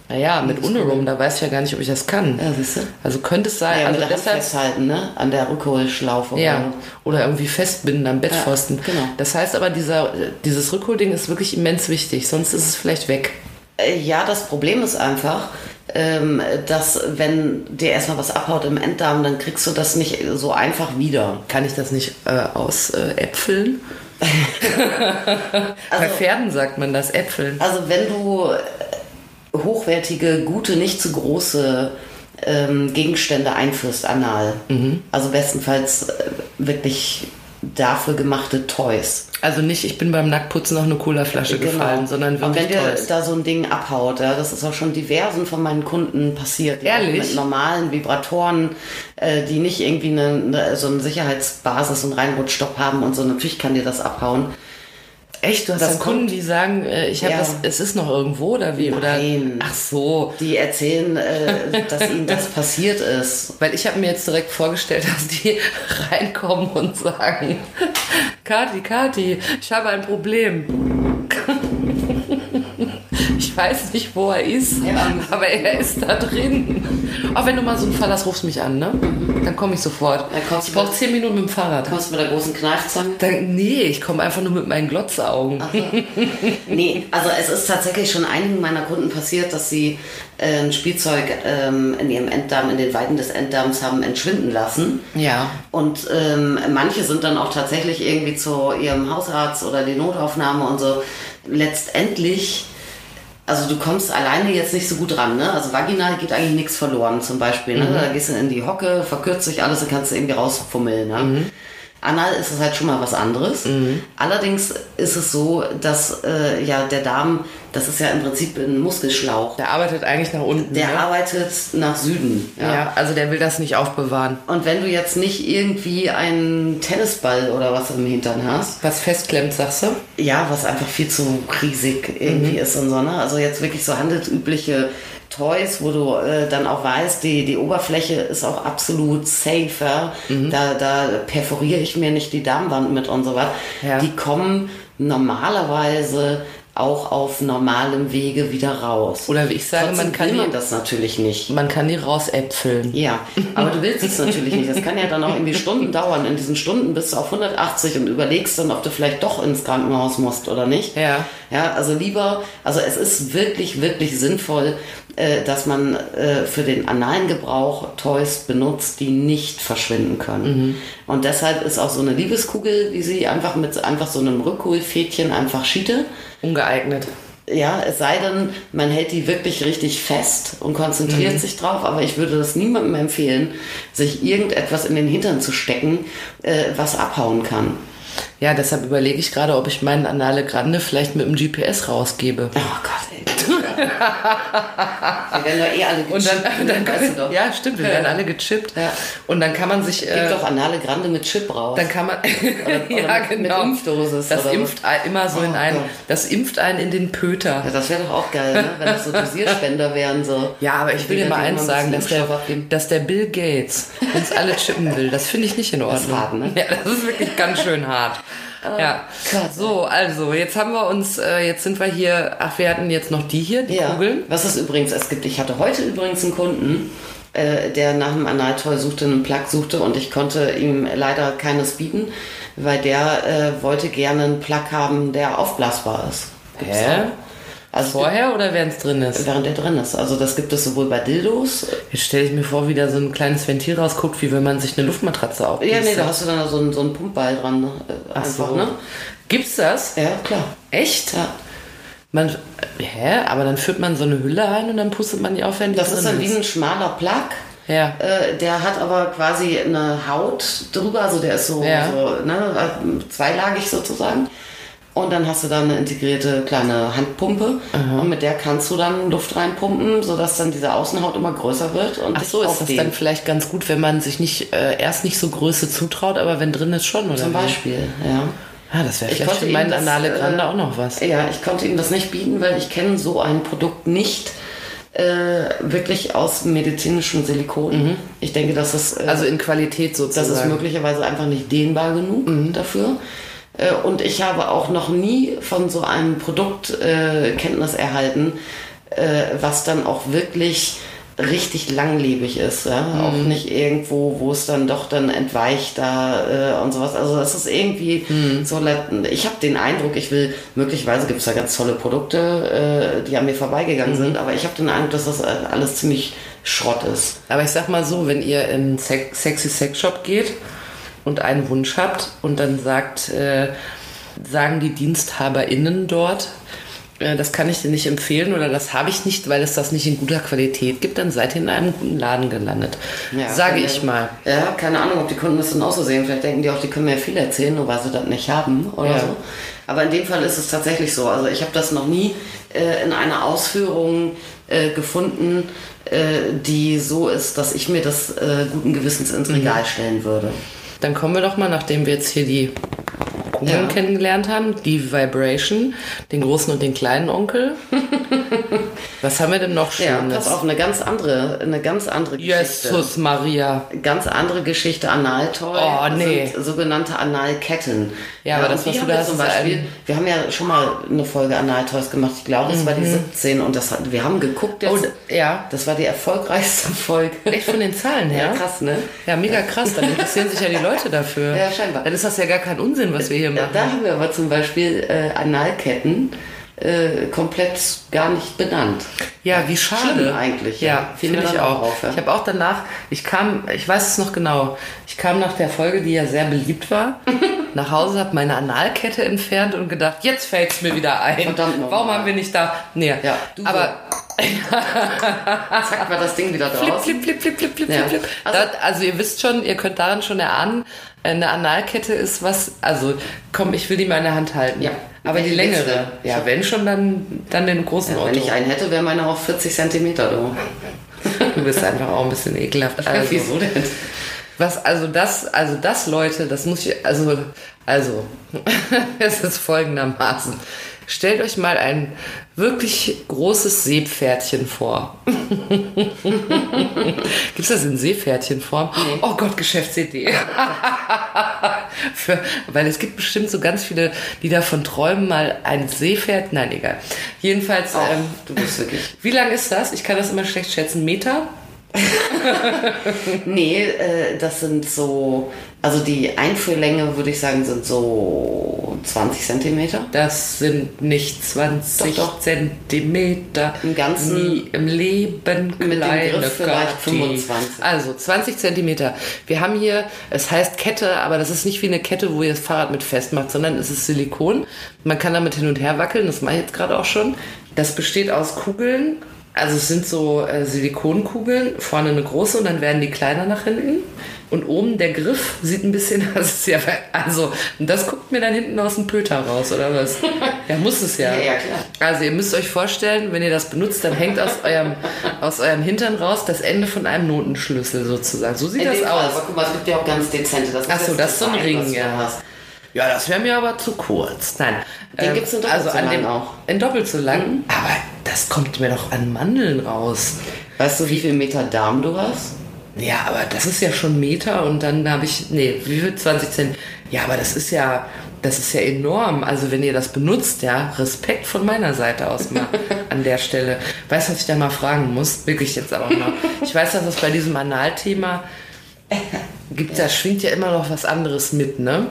Naja, mit Unerum, da weiß ich ja gar nicht, ob ich das kann. Ja, siehst du. Also könnte es sein. Ja, also mit der Hand festhalten, ne? An der Rückholschlaufe. Ja, oder irgendwie festbinden am Bettpfosten. Ja, genau. Das heißt aber, dieser, dieses Rückholding ist wirklich immens wichtig, sonst ist es vielleicht weg. Äh, Ja, das Problem ist einfach, ähm, dass wenn dir erstmal was abhaut im Enddarm, dann kriegst du das nicht so einfach wieder. Kann ich das nicht äh, aus äh, Äpfeln? Bei Also, Pferden sagt man das, Äpfeln. also wenn du äh, hochwertige, gute, nicht zu große ähm, Gegenstände einführst, anal, Mhm. also bestenfalls äh, wirklich dafür gemachte Toys. Genau. Also nicht, ich bin beim Nacktputzen auf eine Colaflasche gefallen, sondern Und wirklich wenn dir Toys. da so ein Ding abhaut, ja, das ist auch schon diversen von meinen Kunden passiert. die Ehrlich? auch Mit normalen Vibratoren, äh, die nicht irgendwie eine, eine, so eine Sicherheitsbasis und Reinrutschstopp haben und so. Natürlich kann dir das abhauen. Echt, du hast das dann Kunden, kommt- die sagen, äh, ich habe Ja. das, es ist noch irgendwo oder wie? Oder, Nein. Ach so. Die erzählen, äh, dass ihnen das passiert ist. Weil ich habe mir jetzt direkt vorgestellt, dass die reinkommen und sagen, Kati, Kati, ich habe ein Problem. Ich weiß nicht, wo er ist, Ja. aber er ist da drin. Auch wenn du mal so einen Fall hast, rufst mich an, ne? Dann komme ich sofort. Mhm. Dann kommst Ich du- brauche zehn Minuten mit dem Fahrrad. Kommst du mit der großen Kneifzange? Dann, nee, ich komme einfach nur mit meinen Glotzaugen. Nee, also es ist tatsächlich schon einigen meiner Kunden passiert, dass sie äh, ein Spielzeug ähm, in ihrem Enddarm, in den Weiten des Enddarms haben entschwinden lassen. Ja. Und ähm, manche sind dann auch tatsächlich irgendwie zu ihrem Hausarzt oder die Notaufnahme und so. Letztendlich, also du kommst alleine jetzt nicht so gut ran, ne? Also vaginal geht eigentlich nichts verloren zum Beispiel. Ne? Da gehst du in die Hocke, verkürzt sich alles, dann kannst du irgendwie rausfummeln. Ne? Anal ist es halt schon mal was anderes. Allerdings ist es so, dass äh, ja der Darm, das ist ja im Prinzip ein Muskelschlauch. Der arbeitet eigentlich nach unten. Der ne? arbeitet nach Süden. ja. also der will das nicht aufbewahren. Und wenn du jetzt nicht irgendwie einen Tennisball oder was im Hintern hast, Was festklemmt, sagst du? ja, was einfach viel zu riesig Mhm. irgendwie ist und so, ne? Also jetzt wirklich so handelsübliche Toys, wo du äh, dann auch weißt, die, die Oberfläche ist auch absolut safer. Mhm. Da, da perforiere ich mir nicht die Darmwand mit und so was. Ja. Die kommen normalerweise auch auf normalem Wege wieder raus. Oder wie ich sage, Trotzdem man kann will man die- das natürlich nicht. Man kann die rausäpfeln. Ja, aber du willst es natürlich nicht. Das kann ja dann auch irgendwie Stunden dauern. In diesen Stunden bist du auf 180 und überlegst dann, ob du vielleicht doch ins Krankenhaus musst oder nicht. Ja. Ja, also lieber, also es ist wirklich, wirklich sinnvoll, äh, dass man äh, für den analen Gebrauch Toys benutzt, die nicht verschwinden können. Und deshalb ist auch so eine Liebeskugel, wie sie einfach mit einfach so einem Rückholfädchen einfach schiete. Ungeeignet. Ja, es sei denn, man hält die wirklich richtig fest und Mhm. konzentriert sich drauf, aber ich würde das niemandem empfehlen, sich irgendetwas in den Hintern zu stecken, äh, was abhauen kann. Ja, deshalb überlege ich gerade, ob ich meinen Anale Grande vielleicht mit dem GPS rausgebe. Oh Gott, ey. Wir werden doch eh alle Und dann, gechippt, dann weißt du doch. ja, stimmt, wir werden alle gechippt. Ja. Und dann kann man sich, Gib äh, doch Anale Grande mit Chip raus. dann kann man, Oder- oder ja mit- mit genau, Impfdosis das oder so. impft ein- immer so in Oh einen, Gott. das impft einen in den Pöter. ja, das wäre doch auch geil, ne? wenn das so Dosierspender wären. So. Ja, aber ich will dir Die mal dann eins immer ein sagen, dass bisschen der, Impfstoff abgeben. dass der Bill Gates uns alle chippen will. Das finde ich nicht in Ordnung. ist hart, ne? Oh Ja, das ist wirklich ganz schön hart. ja. Gott. So, also, jetzt haben wir uns, äh, jetzt sind wir hier, ach, wir hatten jetzt noch die hier, die Ja. Kugeln. Was es übrigens, es gibt, ich hatte heute übrigens einen Kunden, äh, der nach einem Analtoy suchte, einen Plug suchte und ich konnte ihm leider keines bieten, weil der äh, wollte gerne einen Plug haben, der aufblasbar ist. Gibt's Hä? auch. Also Vorher? Vorher oder während es drin ist? während der drin ist. Also das gibt es sowohl bei Dildos. äh, Jetzt stelle ich mir vor, wie da so ein kleines Ventil rausguckt, wie wenn man sich eine Luftmatratze aufbläst. Ja, nee, da hast du dann so einen, so einen Pumpball dran. Ne? Äh, Ach Einfach, so. ne? Gibt's das? Ja, klar. Echt? Ja. Man, hä? Aber dann führt man so eine Hülle rein und dann pustet man die auf, wenn die Das ist drin dann wie ein schmaler Plug. Ja. Äh, der hat aber quasi eine Haut drüber, also der ist so, Ja. so ne, äh, zweilagig sozusagen. Und dann hast du da eine integrierte kleine Handpumpe und mit der kannst du dann Luft reinpumpen, sodass dann diese Außenhaut immer größer wird. Und Ach so, dich ist das aufdehnt. dann vielleicht ganz gut, wenn man sich nicht äh, erst nicht so Größe zutraut, aber wenn drin ist schon, oder? zum wie? Beispiel, ja. Ah, das wäre Ich vielleicht konnte für ihm meinen das, Anale äh, Grande auch noch was. Ja, ich konnte ihm das nicht bieten, weil ich kenne so ein Produkt nicht äh, wirklich aus medizinischem Silikon. Ich denke, dass es äh, Mhm. Also in Qualität sozusagen. Das ist möglicherweise einfach nicht dehnbar genug dafür. Äh, Und ich habe auch noch nie von so einem Produkt äh, Kenntnis erhalten, äh, äh, was dann auch wirklich richtig langlebig ist. Ja? Mhm. Auch nicht irgendwo, wo es dann doch dann entweicht da äh, und sowas. Also das ist irgendwie mhm. so, ich habe den Eindruck, ich will, möglicherweise gibt es da ganz tolle Produkte, äh, die an mir vorbeigegangen mhm. sind, aber ich habe den Eindruck, dass das alles ziemlich Schrott ist. Aber ich sag mal so, wenn ihr in Se Sexy Sex Shop geht und einen Wunsch habt und dann sagt, äh, sagen die DinsthaberInnen dort, äh, das kann ich dir nicht empfehlen oder das habe ich nicht, weil es das nicht in guter Qualität gibt, dann seid ihr in einem guten Laden gelandet. Ja, Sage ich ja, mal. Ja, keine Ahnung, ob die Kunden das dann auch so sehen. Vielleicht denken die auch, die können mir viel erzählen, nur weil sie das nicht haben oder ja. so. Aber in dem Fall ist es tatsächlich so. Also ich habe das noch nie äh, in einer Ausführung äh, gefunden, äh, die so ist, dass ich mir das äh, guten Gewissens ins Regal mhm. stellen würde. Dann kommen wir doch mal, nachdem wir jetzt hier die ja. kennengelernt haben, die Vibration, den großen und den kleinen Onkel. Was haben wir denn noch Schönes? Ja, pass auf, eine ganz andere, eine ganz andere Geschichte. Jesus Maria. Ganz andere Geschichte, Analtoy. Oh, nee. Sind sogenannte Analketten. Ja, aber ja, das, was du da zum Beispiel, wir haben ja schon mal eine Folge Analtoys gemacht. Ich glaube, das mhm. war die 17 und das, wir haben geguckt jetzt. Oh, ja. Das war die erfolgreichste Folge. Echt von den Zahlen her? Ja, krass, ne? Ja, mega krass. Dann interessieren sich ja die Leute dafür. Ja, scheinbar. Dann ist das ja gar kein Unsinn, was wir hier machen. Da haben wir aber zum Beispiel äh, Analketten. Äh, komplett gar nicht benannt. Ja, wie schade Schlimm eigentlich. Ja, ja finde ich auch. Auf, ja. Ich habe auch danach, ich kam, ich weiß es noch genau, ich kam nach der Folge, die ja sehr beliebt war, nach Hause, habe meine Analkette entfernt und gedacht, jetzt fällt es mir wieder ein. Verdammt noch Warum haben wir nicht da? Nee, ja, aber zack war das Ding wieder draus. Flip, flip, flip, flip, flip, ja. flip, also, das, also ihr wisst schon, ihr könnt daran schon erahnen, eine Analkette ist was, also komm, ich will die mal in der Hand halten. Ja. Aber die längere. Ja, wenn schon, dann, dann den großen ja, Otto. Wenn ich einen hätte, wäre meine auch 40 Zentimeter. Du. du bist einfach auch ein bisschen ekelhaft. Also, Wieso denn? Was, also das, also das, Leute, das muss ich, also, also, es ist folgendermaßen. Stellt euch mal ein wirklich großes Seepferdchen vor. Gibt es das in Seepferdchenform? Nee. Oh Gott, Geschäftsidee. Für, weil es gibt bestimmt so ganz viele, die davon träumen, mal ein Seepferd. Nein, egal. Jedenfalls, Och, ähm, du bist wirklich. Wie lang ist das? Ich kann das immer schlecht schätzen. Meter? nee, äh, das sind so, also die Einführlänge würde ich sagen, sind so 20 Zentimeter. Das sind nicht 20 doch, doch. Zentimeter. Im ganzen Nie im Leben mit kleine dem Griff vielleicht Gotti. 25. Also 20 Zentimeter. Wir haben hier, es heißt Kette, aber das ist nicht wie eine Kette, wo ihr das Fahrrad mit festmacht, sondern es ist Silikon. Man kann damit hin und her wackeln, das mache ich jetzt gerade auch schon. Das besteht aus Kugeln also es sind so äh, Silikonkugeln, vorne eine große und dann werden die kleiner nach hinten. Und oben der Griff sieht ein bisschen, das ist ja, also das guckt mir dann hinten aus dem Pöter raus, oder was? Ja, muss es ja. ja, ja klar. Also ihr müsst euch vorstellen, wenn ihr das benutzt, dann hängt aus eurem, aus eurem Hintern raus das Ende von einem Notenschlüssel sozusagen. So sieht In das dem aus. Fall, aber guck mal, es gibt ja auch ganz dezente. Das Ach so, das ist so ein Design, was Ring, du da ja. hast. Ja, das wäre mir aber zu kurz. Nein. Den Ähm, gibt's in doppelt also so an lang dem auch. In doppelt so lang. Aber das kommt mir doch an Mandeln raus. Weißt du, wie viel Meter Darm du hast? Ja, aber das ist ja schon Meter und dann habe ich, nee, wie viel 20 Cent? Ja, aber das ist ja, das ist ja enorm. Also wenn ihr das benutzt, ja, Respekt von meiner Seite aus mal an der Stelle. Weißt du, was ich da mal fragen muss? Wirklich jetzt aber mal. Ich weiß, dass das bei diesem Analthema gibt, da schwingt ja immer noch was anderes mit, ne?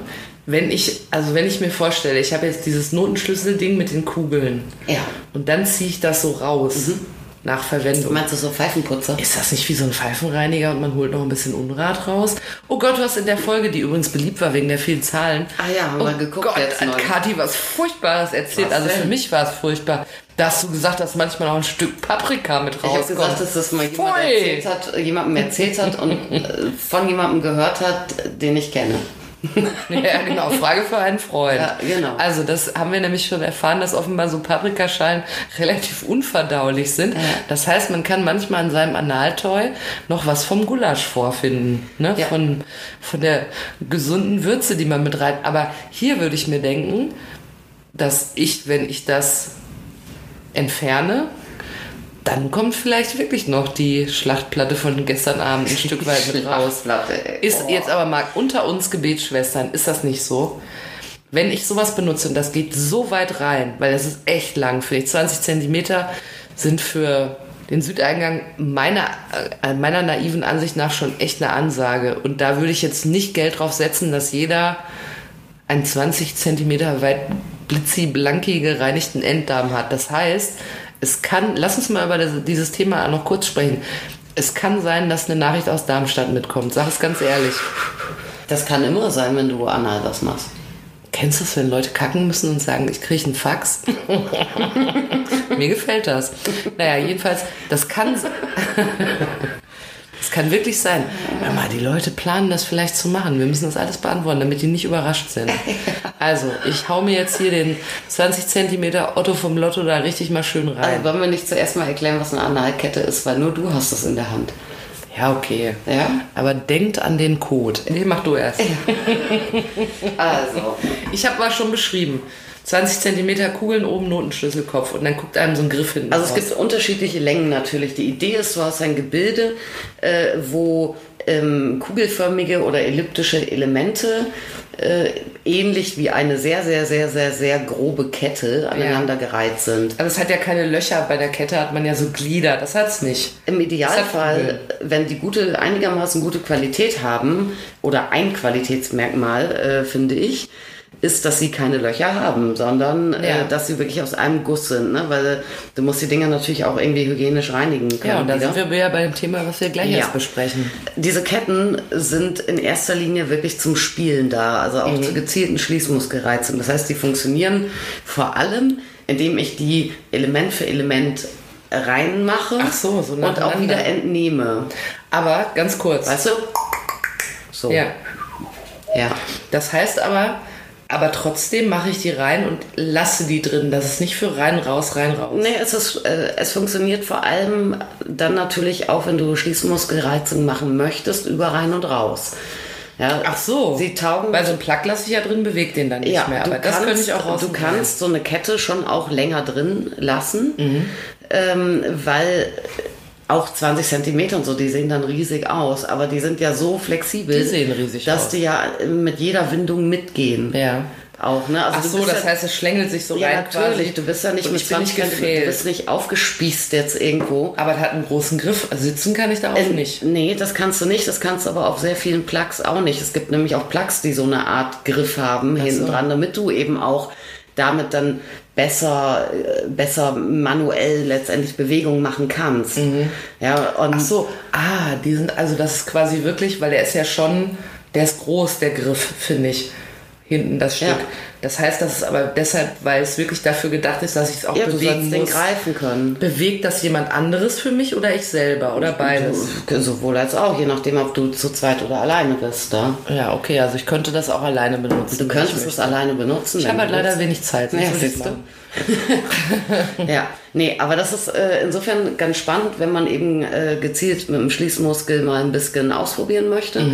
Wenn ich, also wenn ich mir vorstelle, ich habe jetzt dieses Notenschlüsselding mit den Kugeln Ja. und dann ziehe ich das so raus nach Verwendung. Meinst du so Pfeifenputzer? Ist das nicht wie so ein Pfeifenreiniger und man holt noch ein bisschen Unrat raus? Oh Gott, was in der Folge, die übrigens beliebt war wegen der vielen Zahlen. Ah ja, haben oh wir geguckt Gott, jetzt hat neulich. Kathi was Furchtbares erzählt. Was also für denn? mich war es furchtbar. Da hast du gesagt, dass manchmal auch ein Stück Paprika mit Ich rauskommt. habe gesagt, dass das mal jemand Oh Pfui. erzählt hat, jemandem erzählt hat und äh, von jemandem gehört hat, den ich kenne. Ja, genau. Frage für einen Freund. Ja, genau. Also, das haben wir nämlich schon erfahren, dass offenbar so Paprikaschalen relativ unverdaulich sind. Das heißt, man kann manchmal an seinem Analtoy noch was vom Gulasch vorfinden. Ne? Ja. Von, von der gesunden Würze, die man mit rein. Aber hier würde ich mir denken, dass ich, wenn ich das entferne, dann kommt vielleicht wirklich noch die Schlachtplatte von gestern Abend ein Stück weit mit raus. Schlachtplatte, ey. Ist Oh. jetzt aber mal unter uns Gebetsschwestern, ist das nicht so? Wenn ich sowas benutze und das geht so weit rein, weil das ist echt lang, vielleicht 20 Zentimeter, sind für den Südeingang meiner, äh, meiner naiven Ansicht nach schon echt eine Ansage. Und da würde ich jetzt nicht Geld drauf setzen, dass jeder einen 20 Zentimeter weit blitzi-blanki gereinigten Enddarm hat. Das heißt, es kann, lass uns mal über das, dieses Thema noch kurz sprechen. Es kann sein, dass eine Nachricht aus Darmstadt mitkommt. Sag es ganz ehrlich. Das kann immer sein, wenn du anal was machst. Kennst du das, wenn Leute kacken müssen und sagen, ich kriege einen Fax? Mir gefällt das. Naja, jedenfalls, das kann. Das kann wirklich sein. Hör mal, die Leute planen das vielleicht zu machen. Wir müssen das alles beantworten, damit die nicht überrascht sind. Also, ich hau mir jetzt hier den 20 cm Otto vom Lotto da richtig mal schön rein. Also wollen wir nicht zuerst mal erklären, was eine Analkette ist, weil nur du hast das in der Hand. Ja, okay. Ja? Aber denkt an den Code. Nee, mach du erst. Also, Ich habe mal schon beschrieben. 20 cm Kugeln oben, Notenschlüsselkopf. Und dann guckt einem so ein Griff hinten also es raus. gibt unterschiedliche Längen natürlich. Die Idee ist, du hast ein Gebilde, äh, wo ähm, kugelförmige oder elliptische Elemente äh, ähnlich wie eine sehr, sehr, sehr, sehr, sehr grobe Kette aneinander gereiht sind. Also es hat ja keine Löcher. Bei der Kette hat man ja so Glieder. Das hat's nicht. Im Idealfall, äh, Zapfen wenn die gute, einigermaßen gute Qualität haben, oder ein Qualitätsmerkmal, äh, finde ich, ist, dass sie keine Löcher haben, sondern Ja. äh, dass sie wirklich aus einem Guss sind. Ne? Weil du musst die Dinger natürlich auch irgendwie hygienisch reinigen können. Ja, und da wieder. sind wir ja bei dem Thema, was wir gleich Ja. jetzt besprechen. Diese Ketten sind in erster Linie wirklich zum Spielen da, also auch Mhm. zur gezielten Schließmuskelreizung. Das heißt, die funktionieren vor allem, indem ich die Element für Element reinmache Ach so, so und auch nacheinander. wieder entnehme. Aber ganz kurz. Weißt du? So. Ja. Ja. Das heißt aber, aber trotzdem mache ich die rein und lasse die drin. Das ist nicht für rein, raus, rein, raus. Nee, es, ist, äh, es funktioniert vor allem dann natürlich auch, wenn du Schließmuskelreizung machen möchtest, über rein und raus. Ja, Ach so. Sie taugen Weil so ein Plug lasse ich ja drin, bewegt den dann nicht ja, mehr. du Aber das kannst, könnte ich auch raus. Du kannst so eine Kette schon auch länger drin lassen, Mhm. ähm, weil auch 20 Zentimeter und so, die sehen dann riesig aus, aber die sind ja so flexibel, Die sehen riesig dass aus. die ja mit jeder Windung mitgehen. Ja. Auch, ne? Also Ach du so, bist das ja- heißt, es schlängelt sich so ja, rein. natürlich. Quasi. Du bist ja nicht und mit ich bin nicht 20 Zentimeter- du bist gefehlt. nicht aufgespießt jetzt irgendwo. Aber das hat einen großen Griff. Also Sitzen kann ich darauf Ähm, nicht. Nee, das kannst du nicht. Das kannst du aber auf sehr vielen Plugs auch nicht. Es gibt nämlich auch Plugs, die so eine Art Griff haben hinten dran, damit du eben auch damit dann besser, äh, besser manuell letztendlich Bewegung machen kannst. Ja, und Mhm. Ach so, ah, die sind, also das ist quasi wirklich, weil der ist ja schon, der ist groß, der Griff, finde ich. Hinten das Stück. Ja. Das heißt, das ist aber deshalb, weil es wirklich dafür gedacht ist, dass ich es auch ja, du bewegen sollst den muss. greifen können. Bewegt das jemand anderes für mich oder ich selber oder beides? So- Sowohl als auch, je nachdem, ob du zu zweit oder alleine bist. Da. Ja, okay, also ich könnte das auch alleine benutzen. Du wenn könntest ich es möchte. alleine benutzen. Ich wenn habe halt du willst. leider wenig Zeit. sonst Ja, würde ich's siehst du. machen. Ja, nee, aber das ist äh, insofern ganz spannend, wenn man eben äh, gezielt mit dem Schließmuskel mal ein bisschen ausprobieren möchte.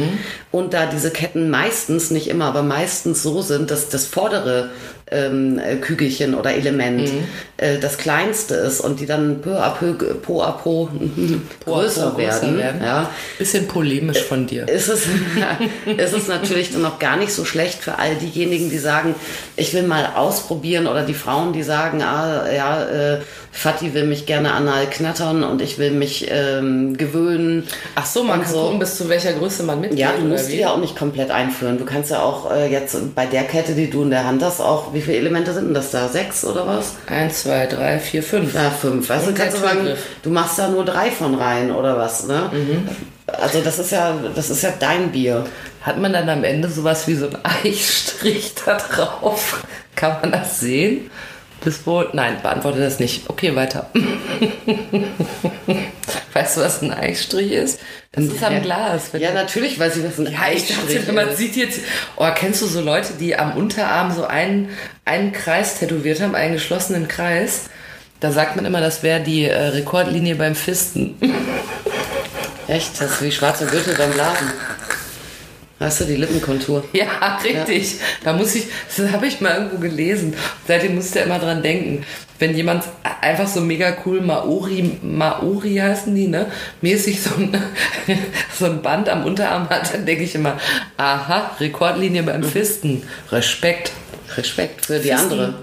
Und da diese Ketten meistens, nicht immer, aber meistens so sind, dass das vordere ähm, äh, Kügelchen oder Element äh, das kleinste ist und die dann peu à peu, po à po, größer, werden. Ja, Bisschen polemisch von dir. ist es, ist es natürlich dann auch gar nicht so schlecht für all diejenigen, die sagen, ich will mal ausprobieren oder die Frauen, die sagen, ah, ja, äh, Fatih will mich gerne anal knattern und ich will mich ähm, gewöhnen. Ach so, man Und kann so. gucken, bis zu welcher Größe man mitgeht. Ja, du oder musst wie? die ja auch nicht komplett einführen. Du kannst ja auch äh, jetzt bei der Kette, die du in der Hand hast, auch, wie viele Elemente sind denn das da? Sechs oder was? Eins, zwei, drei, vier, fünf. Ja, fünf. Also Und kannst du der sagen, Zugriff. du machst da nur drei von rein oder was, ne? Mhm. Also das ist ja, das ist ja dein Bier. Hat man dann am Ende sowas wie so einen Eichstrich da drauf? Kann man das sehen? Das wohl. Nein, beantworte das nicht. Okay, weiter. weißt du, was ein Eichstrich ist? Das ist am Glas. wenn- Ja, natürlich weiß ich, was ein Ja, ich dachte, wenn man sieht jetzt, oh, kennst du so Leute, die am Unterarm so einen, einen Kreis tätowiert haben, einen geschlossenen Kreis? Da sagt man immer, das wäre die äh, Rekordlinie beim Fisten. Echt? Das ist wie schwarze Gürtel beim Blasen. Hast du die Lippenkontur? Ja, richtig. Da muss ich, das habe ich mal irgendwo gelesen. Seitdem musst du ja immer dran denken. Wenn jemand einfach so mega cool Maori, Maori heißen die, ne? Mäßig so ein, so ein Band am Unterarm hat, dann denke ich immer, aha, Rekordlinie beim Fisten. Respekt. Respekt für die Ne? Fisten. andere.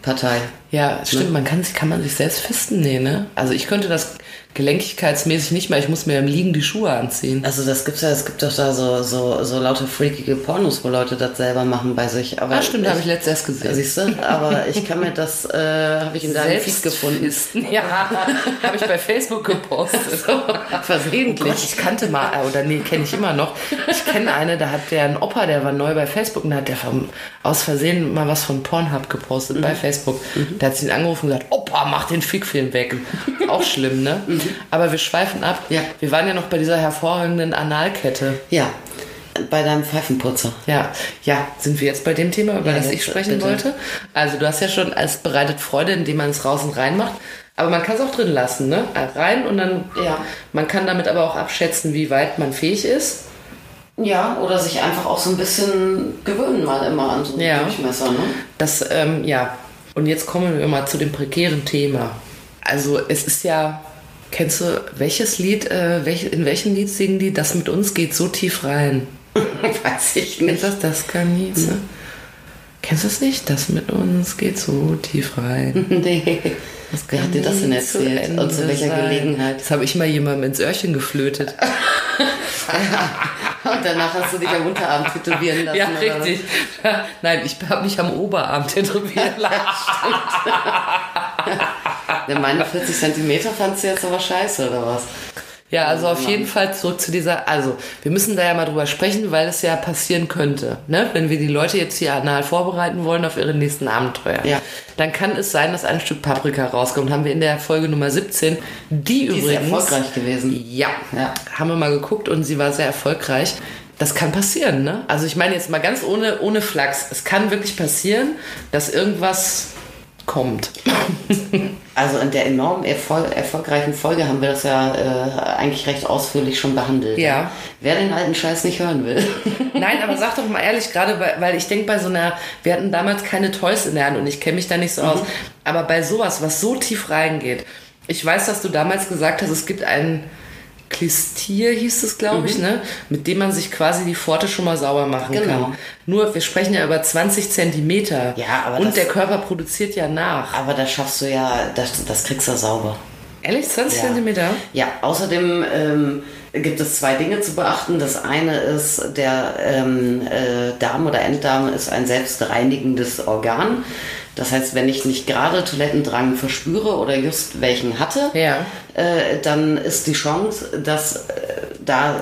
Partei. Ja, stimmt, man kann, sich- kann man sich selbst fisten? Nee, ne? Also ich könnte das gelenkigkeitsmäßig nicht mehr, ich muss mir im Liegen die Schuhe anziehen. Also das gibt's ja, es gibt doch da so, so, so laute freakige Pornos, wo Leute das selber machen bei sich. Aber Ah, stimmt, habe ich letztes erst gesehen. Siehst du, aber ich kann mir das, äh, habe ich in deinem Feed gefunden. Selbstfisten. Ja, habe ich bei Facebook gepostet. Oh Gott, Versehentlich. ich kannte mal, äh, oder nee, kenne ich immer noch. Ich kenne eine, da hat der ein Opa, der war neu bei Facebook und da hat der vom, aus Versehen mal was von Pornhub gepostet Mhm. bei Facebook. Da hat sie ihn angerufen und gesagt, Opa, mach den Fickfilm weg. Auch schlimm, ne? Aber wir schweifen ab. Mhm. Ja. Wir waren ja noch bei dieser hervorragenden Analkette. Ja, bei deinem Pfeifenputzer. Ja, ja, sind wir jetzt bei dem Thema, über Ja, das ich jetzt, sprechen bitte. wollte? Also du hast ja schon, es bereitet Freude, indem man es raus und rein macht. Aber man kann es auch drin lassen, ne? Rein und dann, Ja. man kann damit aber auch abschätzen, wie weit man fähig ist. Ja, Oder sich einfach auch so ein bisschen gewöhnen mal immer an so einen Ja. Durchmesser, ne? Das, ähm, ja. Und jetzt kommen wir mal zu dem prekären Thema. Also es ist ja, kennst du, welches Lied, äh, welch, in welchem Lied singen die, das mit uns geht so tief rein? weiß ich Kennst nicht. Hm. du das? Das kann nie, ne? Kennst du das nicht? Das mit uns geht so tief rein. Nee. Wer hat dir das denn Nie zu erzählt? Ende Und zu welcher sein. Gelegenheit? Das habe ich mal jemandem ins Öhrchen geflötet. Und danach hast du dich am Unterarm tätowieren lassen. oder was? Nein, ich habe mich am Oberarm tätowiert lassen. Ja, meine 40 Zentimeter fandst du jetzt aber scheiße, oder was? Ja, also auf jeden Fall zurück zu dieser. Also, wir müssen da ja mal drüber sprechen, weil es ja passieren könnte. Ne? Wenn wir die Leute jetzt hier anal vorbereiten wollen auf ihre nächsten Abenteuer, Ja. dann kann es sein, dass ein Stück Paprika rauskommt. Haben wir in der Folge Nummer 17. Die, Die ist übrigens. erfolgreich gewesen. Ja. Ja. haben wir mal geguckt und sie war sehr erfolgreich. Das kann passieren, ne? Also ich meine jetzt mal ganz ohne, ohne Flachs. Es kann wirklich passieren, dass irgendwas kommt. Also in der enorm erfol erfolgreichen Folge haben wir das ja äh, eigentlich recht ausführlich schon behandelt. ne? Ja. Wer den alten Scheiß nicht hören will. Nein, aber sag doch mal ehrlich, gerade bei, weil ich denke bei so einer, wir hatten damals keine Toys in der Hand und ich kenne mich da nicht so Mhm. aus, aber bei sowas, was so tief reingeht, ich weiß, dass du damals gesagt hast, es gibt einen Klistier, hieß es, glaube ich, ne? mit dem man sich quasi die Pforte schon mal sauber machen Mhm. Genau. kann. Nur, wir sprechen ja über 20 Zentimeter Ja, aber und das- der Körper produziert ja nach. Aber das schaffst du ja, das, das kriegst du sauber. Ehrlich, 20 Zentimeter? Ja, außerdem ähm, gibt es zwei Dinge zu beachten. Das eine ist, der ähm, äh, Darm oder Enddarm ist ein selbstreinigendes Organ. Das heißt, wenn ich nicht gerade Toilettendrang verspüre oder just welchen hatte, Ja. äh, dann ist die Chance, dass äh, da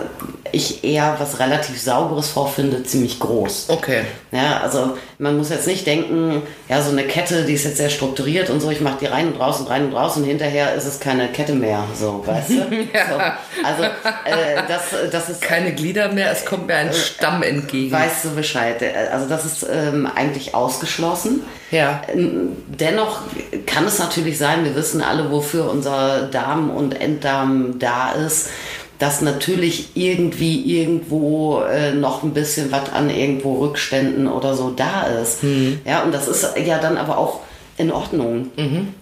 ich eher was relativ Sauberes vorfinde, ziemlich groß. Okay. Ja, also man muss jetzt nicht denken, ja, so eine Kette, die ist jetzt sehr strukturiert und so, ich mache die rein und raus und rein und raus und hinterher ist es keine Kette mehr, so, weißt du? Ja. so, also äh, das, das ist, Keine Glieder mehr, es kommt mir Äh, ein Stamm entgegen. weißt du Bescheid, Äh, also das ist ähm, eigentlich ausgeschlossen. Ja. Dennoch kann es natürlich sein, wir wissen alle, wofür unser Darm und Enddarm da ist, dass natürlich irgendwie irgendwo äh, noch ein bisschen was an irgendwo Rückständen oder so da ist. Ja, und das ist ja dann aber auch in Ordnung.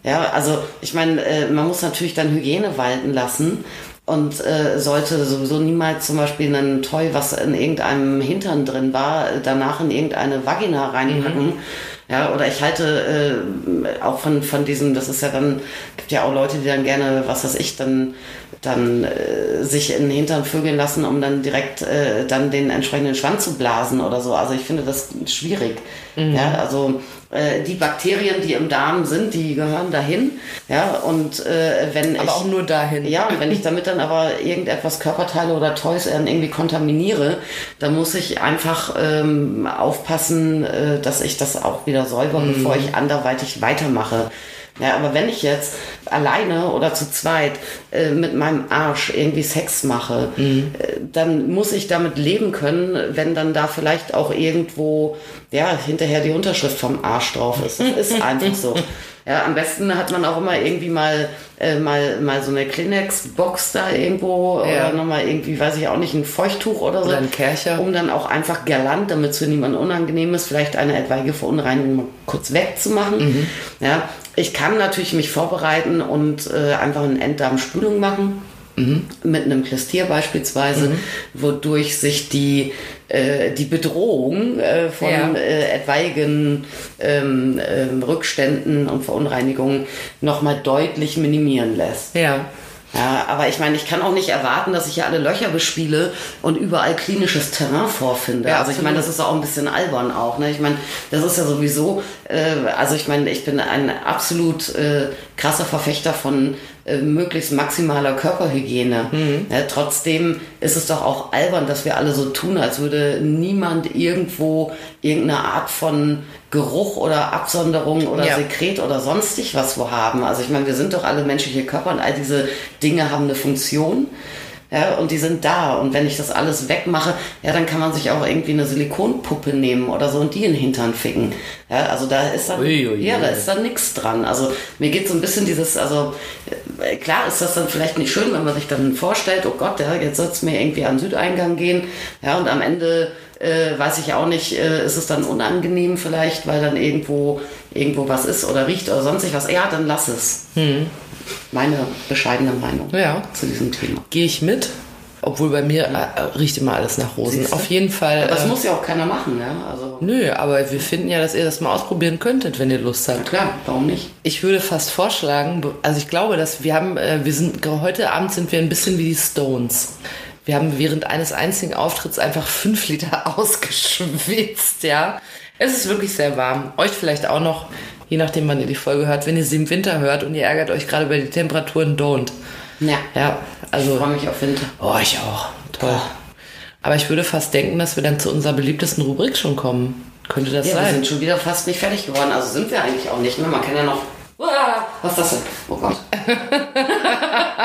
Ja, also ich meine, äh, man muss natürlich dann Hygiene walten lassen. Und äh, sollte sowieso niemals zum Beispiel einen Toy, was in irgendeinem Hintern drin war, danach in irgendeine Vagina reinpacken. Ja, oder ich halte äh, auch von, von diesem, das ist ja dann, gibt ja auch Leute, die dann gerne, was weiß ich, dann, dann äh, sich in den Hintern vögeln lassen, um dann direkt äh, dann den entsprechenden Schwanz zu blasen oder so. Also ich finde das schwierig. Mhm. Ja, also äh, die Bakterien, die im Darm sind, die gehören dahin. Ja, und äh, wenn ich. aber auch nur dahin. Ja, und wenn ich damit dann aber irgendetwas Körperteile oder Toys dann irgendwie kontaminiere, dann muss ich einfach ähm, aufpassen, äh, dass ich das auch wieder säuber, bevor ich anderweitig weitermache. Ja, aber wenn ich jetzt alleine oder zu zweit äh, mit meinem Arsch irgendwie Sex mache, Mhm. äh, dann muss ich damit leben können, wenn dann da vielleicht auch irgendwo ja hinterher die Unterschrift vom Arsch drauf ist. Das ist einfach so. Ja, am besten hat man auch immer irgendwie mal, äh, mal, mal so eine Kleenex-Box da irgendwo Ja. oder nochmal irgendwie, weiß ich auch nicht, ein Feuchttuch oder so. Oder ein Kercher. Um dann auch einfach galant, damit es für niemanden unangenehm ist, vielleicht eine etwaige Verunreinigung mal kurz wegzumachen. Ja, ich kann natürlich mich vorbereiten und äh, einfach eine Enddarmspülung machen. mit einem Klastier beispielsweise, wodurch sich die, äh, die Bedrohung äh, von Ja. äh, etwaigen ähm, ähm, Rückständen und Verunreinigungen nochmal deutlich minimieren lässt. Ja. Ja, aber ich meine, ich kann auch nicht erwarten, dass ich hier alle Löcher bespiele und überall klinisches Terrain vorfinde. Ja, also ich absolut. meine, das ist auch ein bisschen albern auch. Ne? Ich meine, das ist ja sowieso, äh, also ich meine, ich bin ein absolut äh, krasser Verfechter von äh, möglichst maximaler Körperhygiene. Mhm. Ja, trotzdem ist es doch auch albern, dass wir alle so tun, als würde niemand irgendwo irgendeine Art von Geruch oder Absonderung oder Ja. Sekret oder sonstig was wo haben. Also ich meine, wir sind doch alle menschliche Körper und all diese Dinge haben eine Funktion. Ja, und die sind da. Und wenn ich das alles wegmache, ja, dann kann man sich auch irgendwie eine Silikonpuppe nehmen oder so und die in den Hintern ficken. Ja, also da ist dann, Uiuiui. ja, da ist dann nichts dran. Also mir geht so ein bisschen dieses, also äh, klar ist das dann vielleicht nicht schön, wenn man sich dann vorstellt, oh Gott, ja, jetzt soll es mir irgendwie an den Südeingang gehen. Ja, und am Ende äh, weiß ich auch nicht, äh, ist es dann unangenehm vielleicht, weil dann irgendwo irgendwo was ist oder riecht oder sonstig was. Ja, dann lass es. Meine bescheidene Meinung Hm. Ja. zu diesem Thema. Gehe ich mit, obwohl bei mir äh, riecht immer alles nach Rosen. Siehste? Auf jeden Fall. Aber das äh, muss ja auch keiner machen, ja? Also, Nö, aber wir finden ja, dass ihr das mal ausprobieren könntet, wenn ihr Lust habt. klar, warum nicht? Ich würde fast vorschlagen, be- also ich glaube, dass wir haben, äh, wir sind heute Abend sind wir ein bisschen wie die Stones. Wir haben während eines einzigen Auftritts einfach fünf Liter ausgeschwitzt, ja. Es ist wirklich sehr warm. Euch vielleicht auch noch, je nachdem, wann ihr die Folge hört. Wenn ihr sie im Winter hört und ihr ärgert euch gerade über die Temperaturen, don't. Ja, Ja, also. ich freue mich auf Winter. Oh, ich auch. Toll. Aber ich würde fast denken, dass wir dann zu unserer beliebtesten Rubrik schon kommen. Könnte das Ja, wir sein? sind schon wieder fast nicht fertig geworden. Also sind wir eigentlich auch nicht. Ne? Man kann ja noch. Uah, was ist das denn? Oh Gott.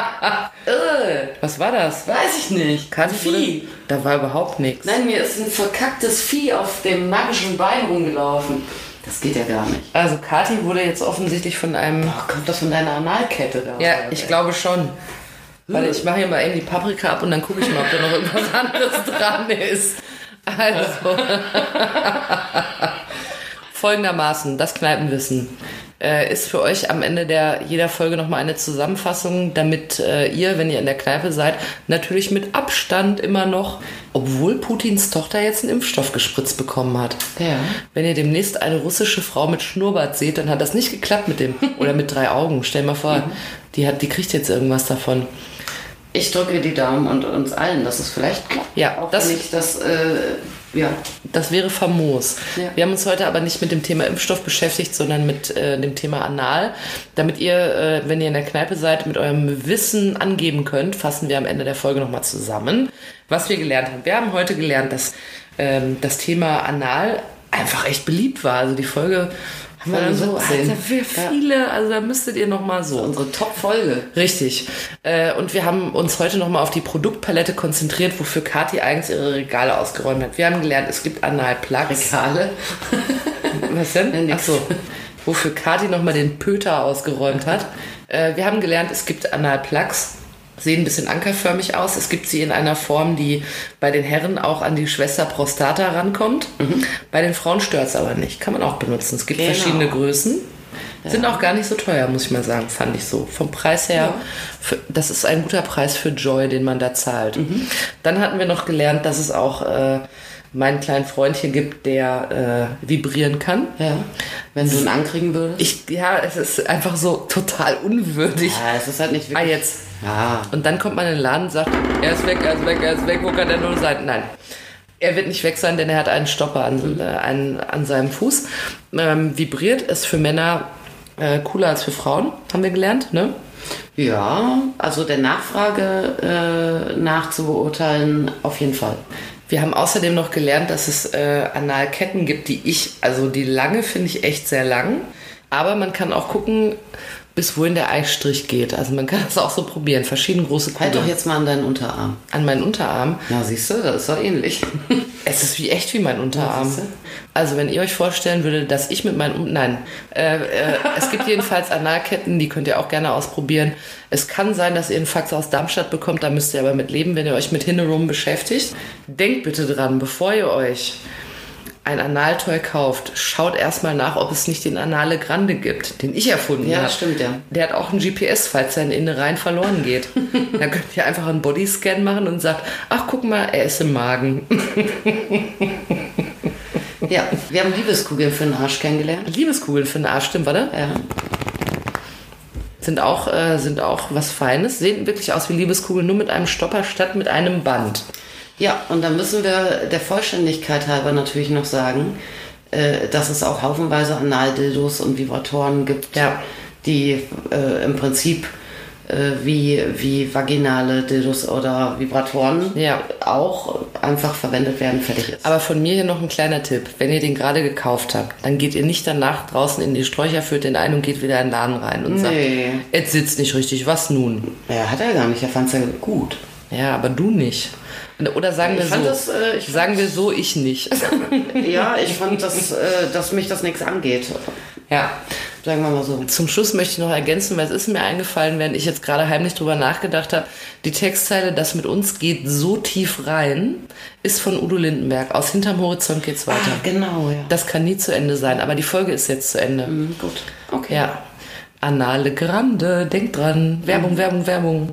äh, Was war das? weiß ich nicht. Vieh. Da war überhaupt nichts. Nein, mir ist ein verkacktes Vieh auf dem magischen Bein rumgelaufen. Das geht ja gar nicht. Also Kati wurde jetzt offensichtlich von einem. Oh, kommt das von deiner Analkette da? Ja, ich glaube schon. Weil Hm. ich mache hier mal eben die Paprika ab und dann gucke ich mal, ob da noch irgendwas anderes dran ist. Also. Folgendermaßen, das Kneipenwissen äh, ist für euch am Ende der jeder Folge nochmal eine Zusammenfassung, damit äh, ihr, wenn ihr in der Kneipe seid, natürlich mit Abstand immer noch, obwohl Putins Tochter jetzt einen Impfstoff gespritzt bekommen hat. Ja. Wenn ihr demnächst eine russische Frau mit Schnurrbart seht, dann hat das nicht geklappt mit dem oder mit drei Augen. Stell mal Mhm. vor, die hat, die kriegt jetzt irgendwas davon. Ich drücke die Daumen und uns allen, dass es vielleicht klappt. Ja, auch das- wenn ich das. Äh, ja. Das wäre famos. Ja. Wir haben uns heute aber nicht mit dem Thema Impfstoff beschäftigt, sondern mit äh, dem Thema Anal. Damit ihr, äh, wenn ihr in der Kneipe seid, mit eurem Wissen angeben könnt, fassen wir am Ende der Folge nochmal zusammen, was wir gelernt haben. Wir haben heute gelernt, dass ähm, das Thema Anal einfach echt beliebt war. Also die Folge haben wir Folge dann so, 17. Alter, wie viele, also da müsstet ihr nochmal so. Unsere Top-Folge. Richtig. Äh, Und wir haben uns heute nochmal auf die Produktpalette konzentriert, wofür Kathi eigens ihre Regale ausgeräumt hat. Wir haben gelernt, es gibt Analplugs. Kale. Was denn? nix. Achso. Wofür Kathi nochmal den Pöter ausgeräumt hat. Äh, Wir haben gelernt, es gibt Analplugs. Sehen ein bisschen ankerförmig aus. Es gibt sie in einer Form, die bei den Herren auch an die Schwester Prostata rankommt. Bei den Frauen stört es aber nicht. Kann man auch benutzen. Es gibt Mhm. Genau. verschiedene Größen. Sind auch gar nicht so teuer, muss ich mal sagen, fand ich so. Vom Preis her, für, das ist ein guter Preis für Joy, den man da zahlt. Mhm. Dann hatten wir noch gelernt, dass es auch äh, meinen kleinen Freund hier gibt, der äh, vibrieren kann. Ja. Wenn du ihn ankriegen würdest. Ich, ja, es ist einfach so total unwürdig. Ja, es ist halt nicht Ah, wirklich. jetzt. Ja. Und dann kommt man in den Laden und sagt, er ist weg, er ist weg, er ist weg, wo kann er nur sein? Nein. Er wird nicht weg sein, denn er hat einen Stopper an, äh, einen, an seinem Fuß. Ähm, vibriert ist für Männer äh, cooler als für Frauen, haben wir gelernt, ne? Ja, also der Nachfrage äh, nach zu beurteilen, auf jeden Fall. Wir haben außerdem noch gelernt, dass es äh, Analketten gibt, die ich, also die lange finde ich echt sehr lang. Aber man kann auch gucken, bis wohin der Eistrich geht. Also man kann das auch so probieren. Verschiedene große Halt doch Kugeln. jetzt mal an deinen Unterarm. an meinen Unterarm. Na, siehst du, das ist doch ähnlich. Es ist wie echt wie mein Unterarm. siehste. Also wenn ihr euch vorstellen würdet, dass ich mit meinem Um- nein, äh, äh, es gibt jedenfalls Analketten, die könnt ihr auch gerne ausprobieren. Es kann sein, dass ihr einen Fax aus Darmstadt bekommt, da müsst ihr aber mit leben, wenn ihr euch mit Hinnerum beschäftigt. Denkt bitte dran, bevor ihr euch ein Analtoy kauft, schaut erstmal nach, ob es nicht den Anale Grande gibt, den ich erfunden Ja, habe. stimmt, ja. Der hat auch ein GPS, falls sein Innerein verloren geht. da könnt ihr einfach einen Bodyscan machen und sagt, ach guck mal, er ist im Magen. Ja, wir haben Liebeskugeln für den Arsch kennengelernt. Ähm, Liebeskugeln für den Arsch, stimmt, warte. Ja. Sind auch, äh, sind auch was Feines. Sehen wirklich aus wie Liebeskugeln, nur mit einem Stopper statt mit einem Band. ja, und dann müssen wir der Vollständigkeit halber natürlich noch sagen, äh, dass es auch haufenweise Analdildos und Vibratoren gibt, Ja. die äh, im Prinzip äh, wie, wie vaginale Dildos oder Vibratoren Ja. auch einfach verwendet werden, fertig ist. Aber von mir hier noch ein kleiner Tipp. Wenn ihr den gerade gekauft habt, dann geht ihr nicht danach draußen in die Sträucher, füllt den ein und geht wieder in den Laden rein und sagt, Nee. jetzt sitzt nicht richtig, was nun? ja, hat er gar nicht, er fand es ja gut. Ja, aber du nicht. Oder sagen Ich wir fand so, das, äh, ich sagen fand- wir so, ich nicht. Ja, ich fand, dass, äh, dass mich das nichts angeht. ja. Sagen wir mal so. Zum Schluss möchte ich noch ergänzen, weil es ist mir eingefallen, während ich jetzt gerade heimlich drüber nachgedacht habe. Die Textzeile, das mit uns geht so tief rein, ist von Udo Lindenberg. Aus Hinterm Horizont geht's weiter. Ah, genau, ja. Hm, Das kann nie zu Ende sein, aber die Folge ist jetzt zu Mhm. Ende. Gut. Okay. Ja. Anale Grande, denkt dran. Werbung, Werbung, Werbung.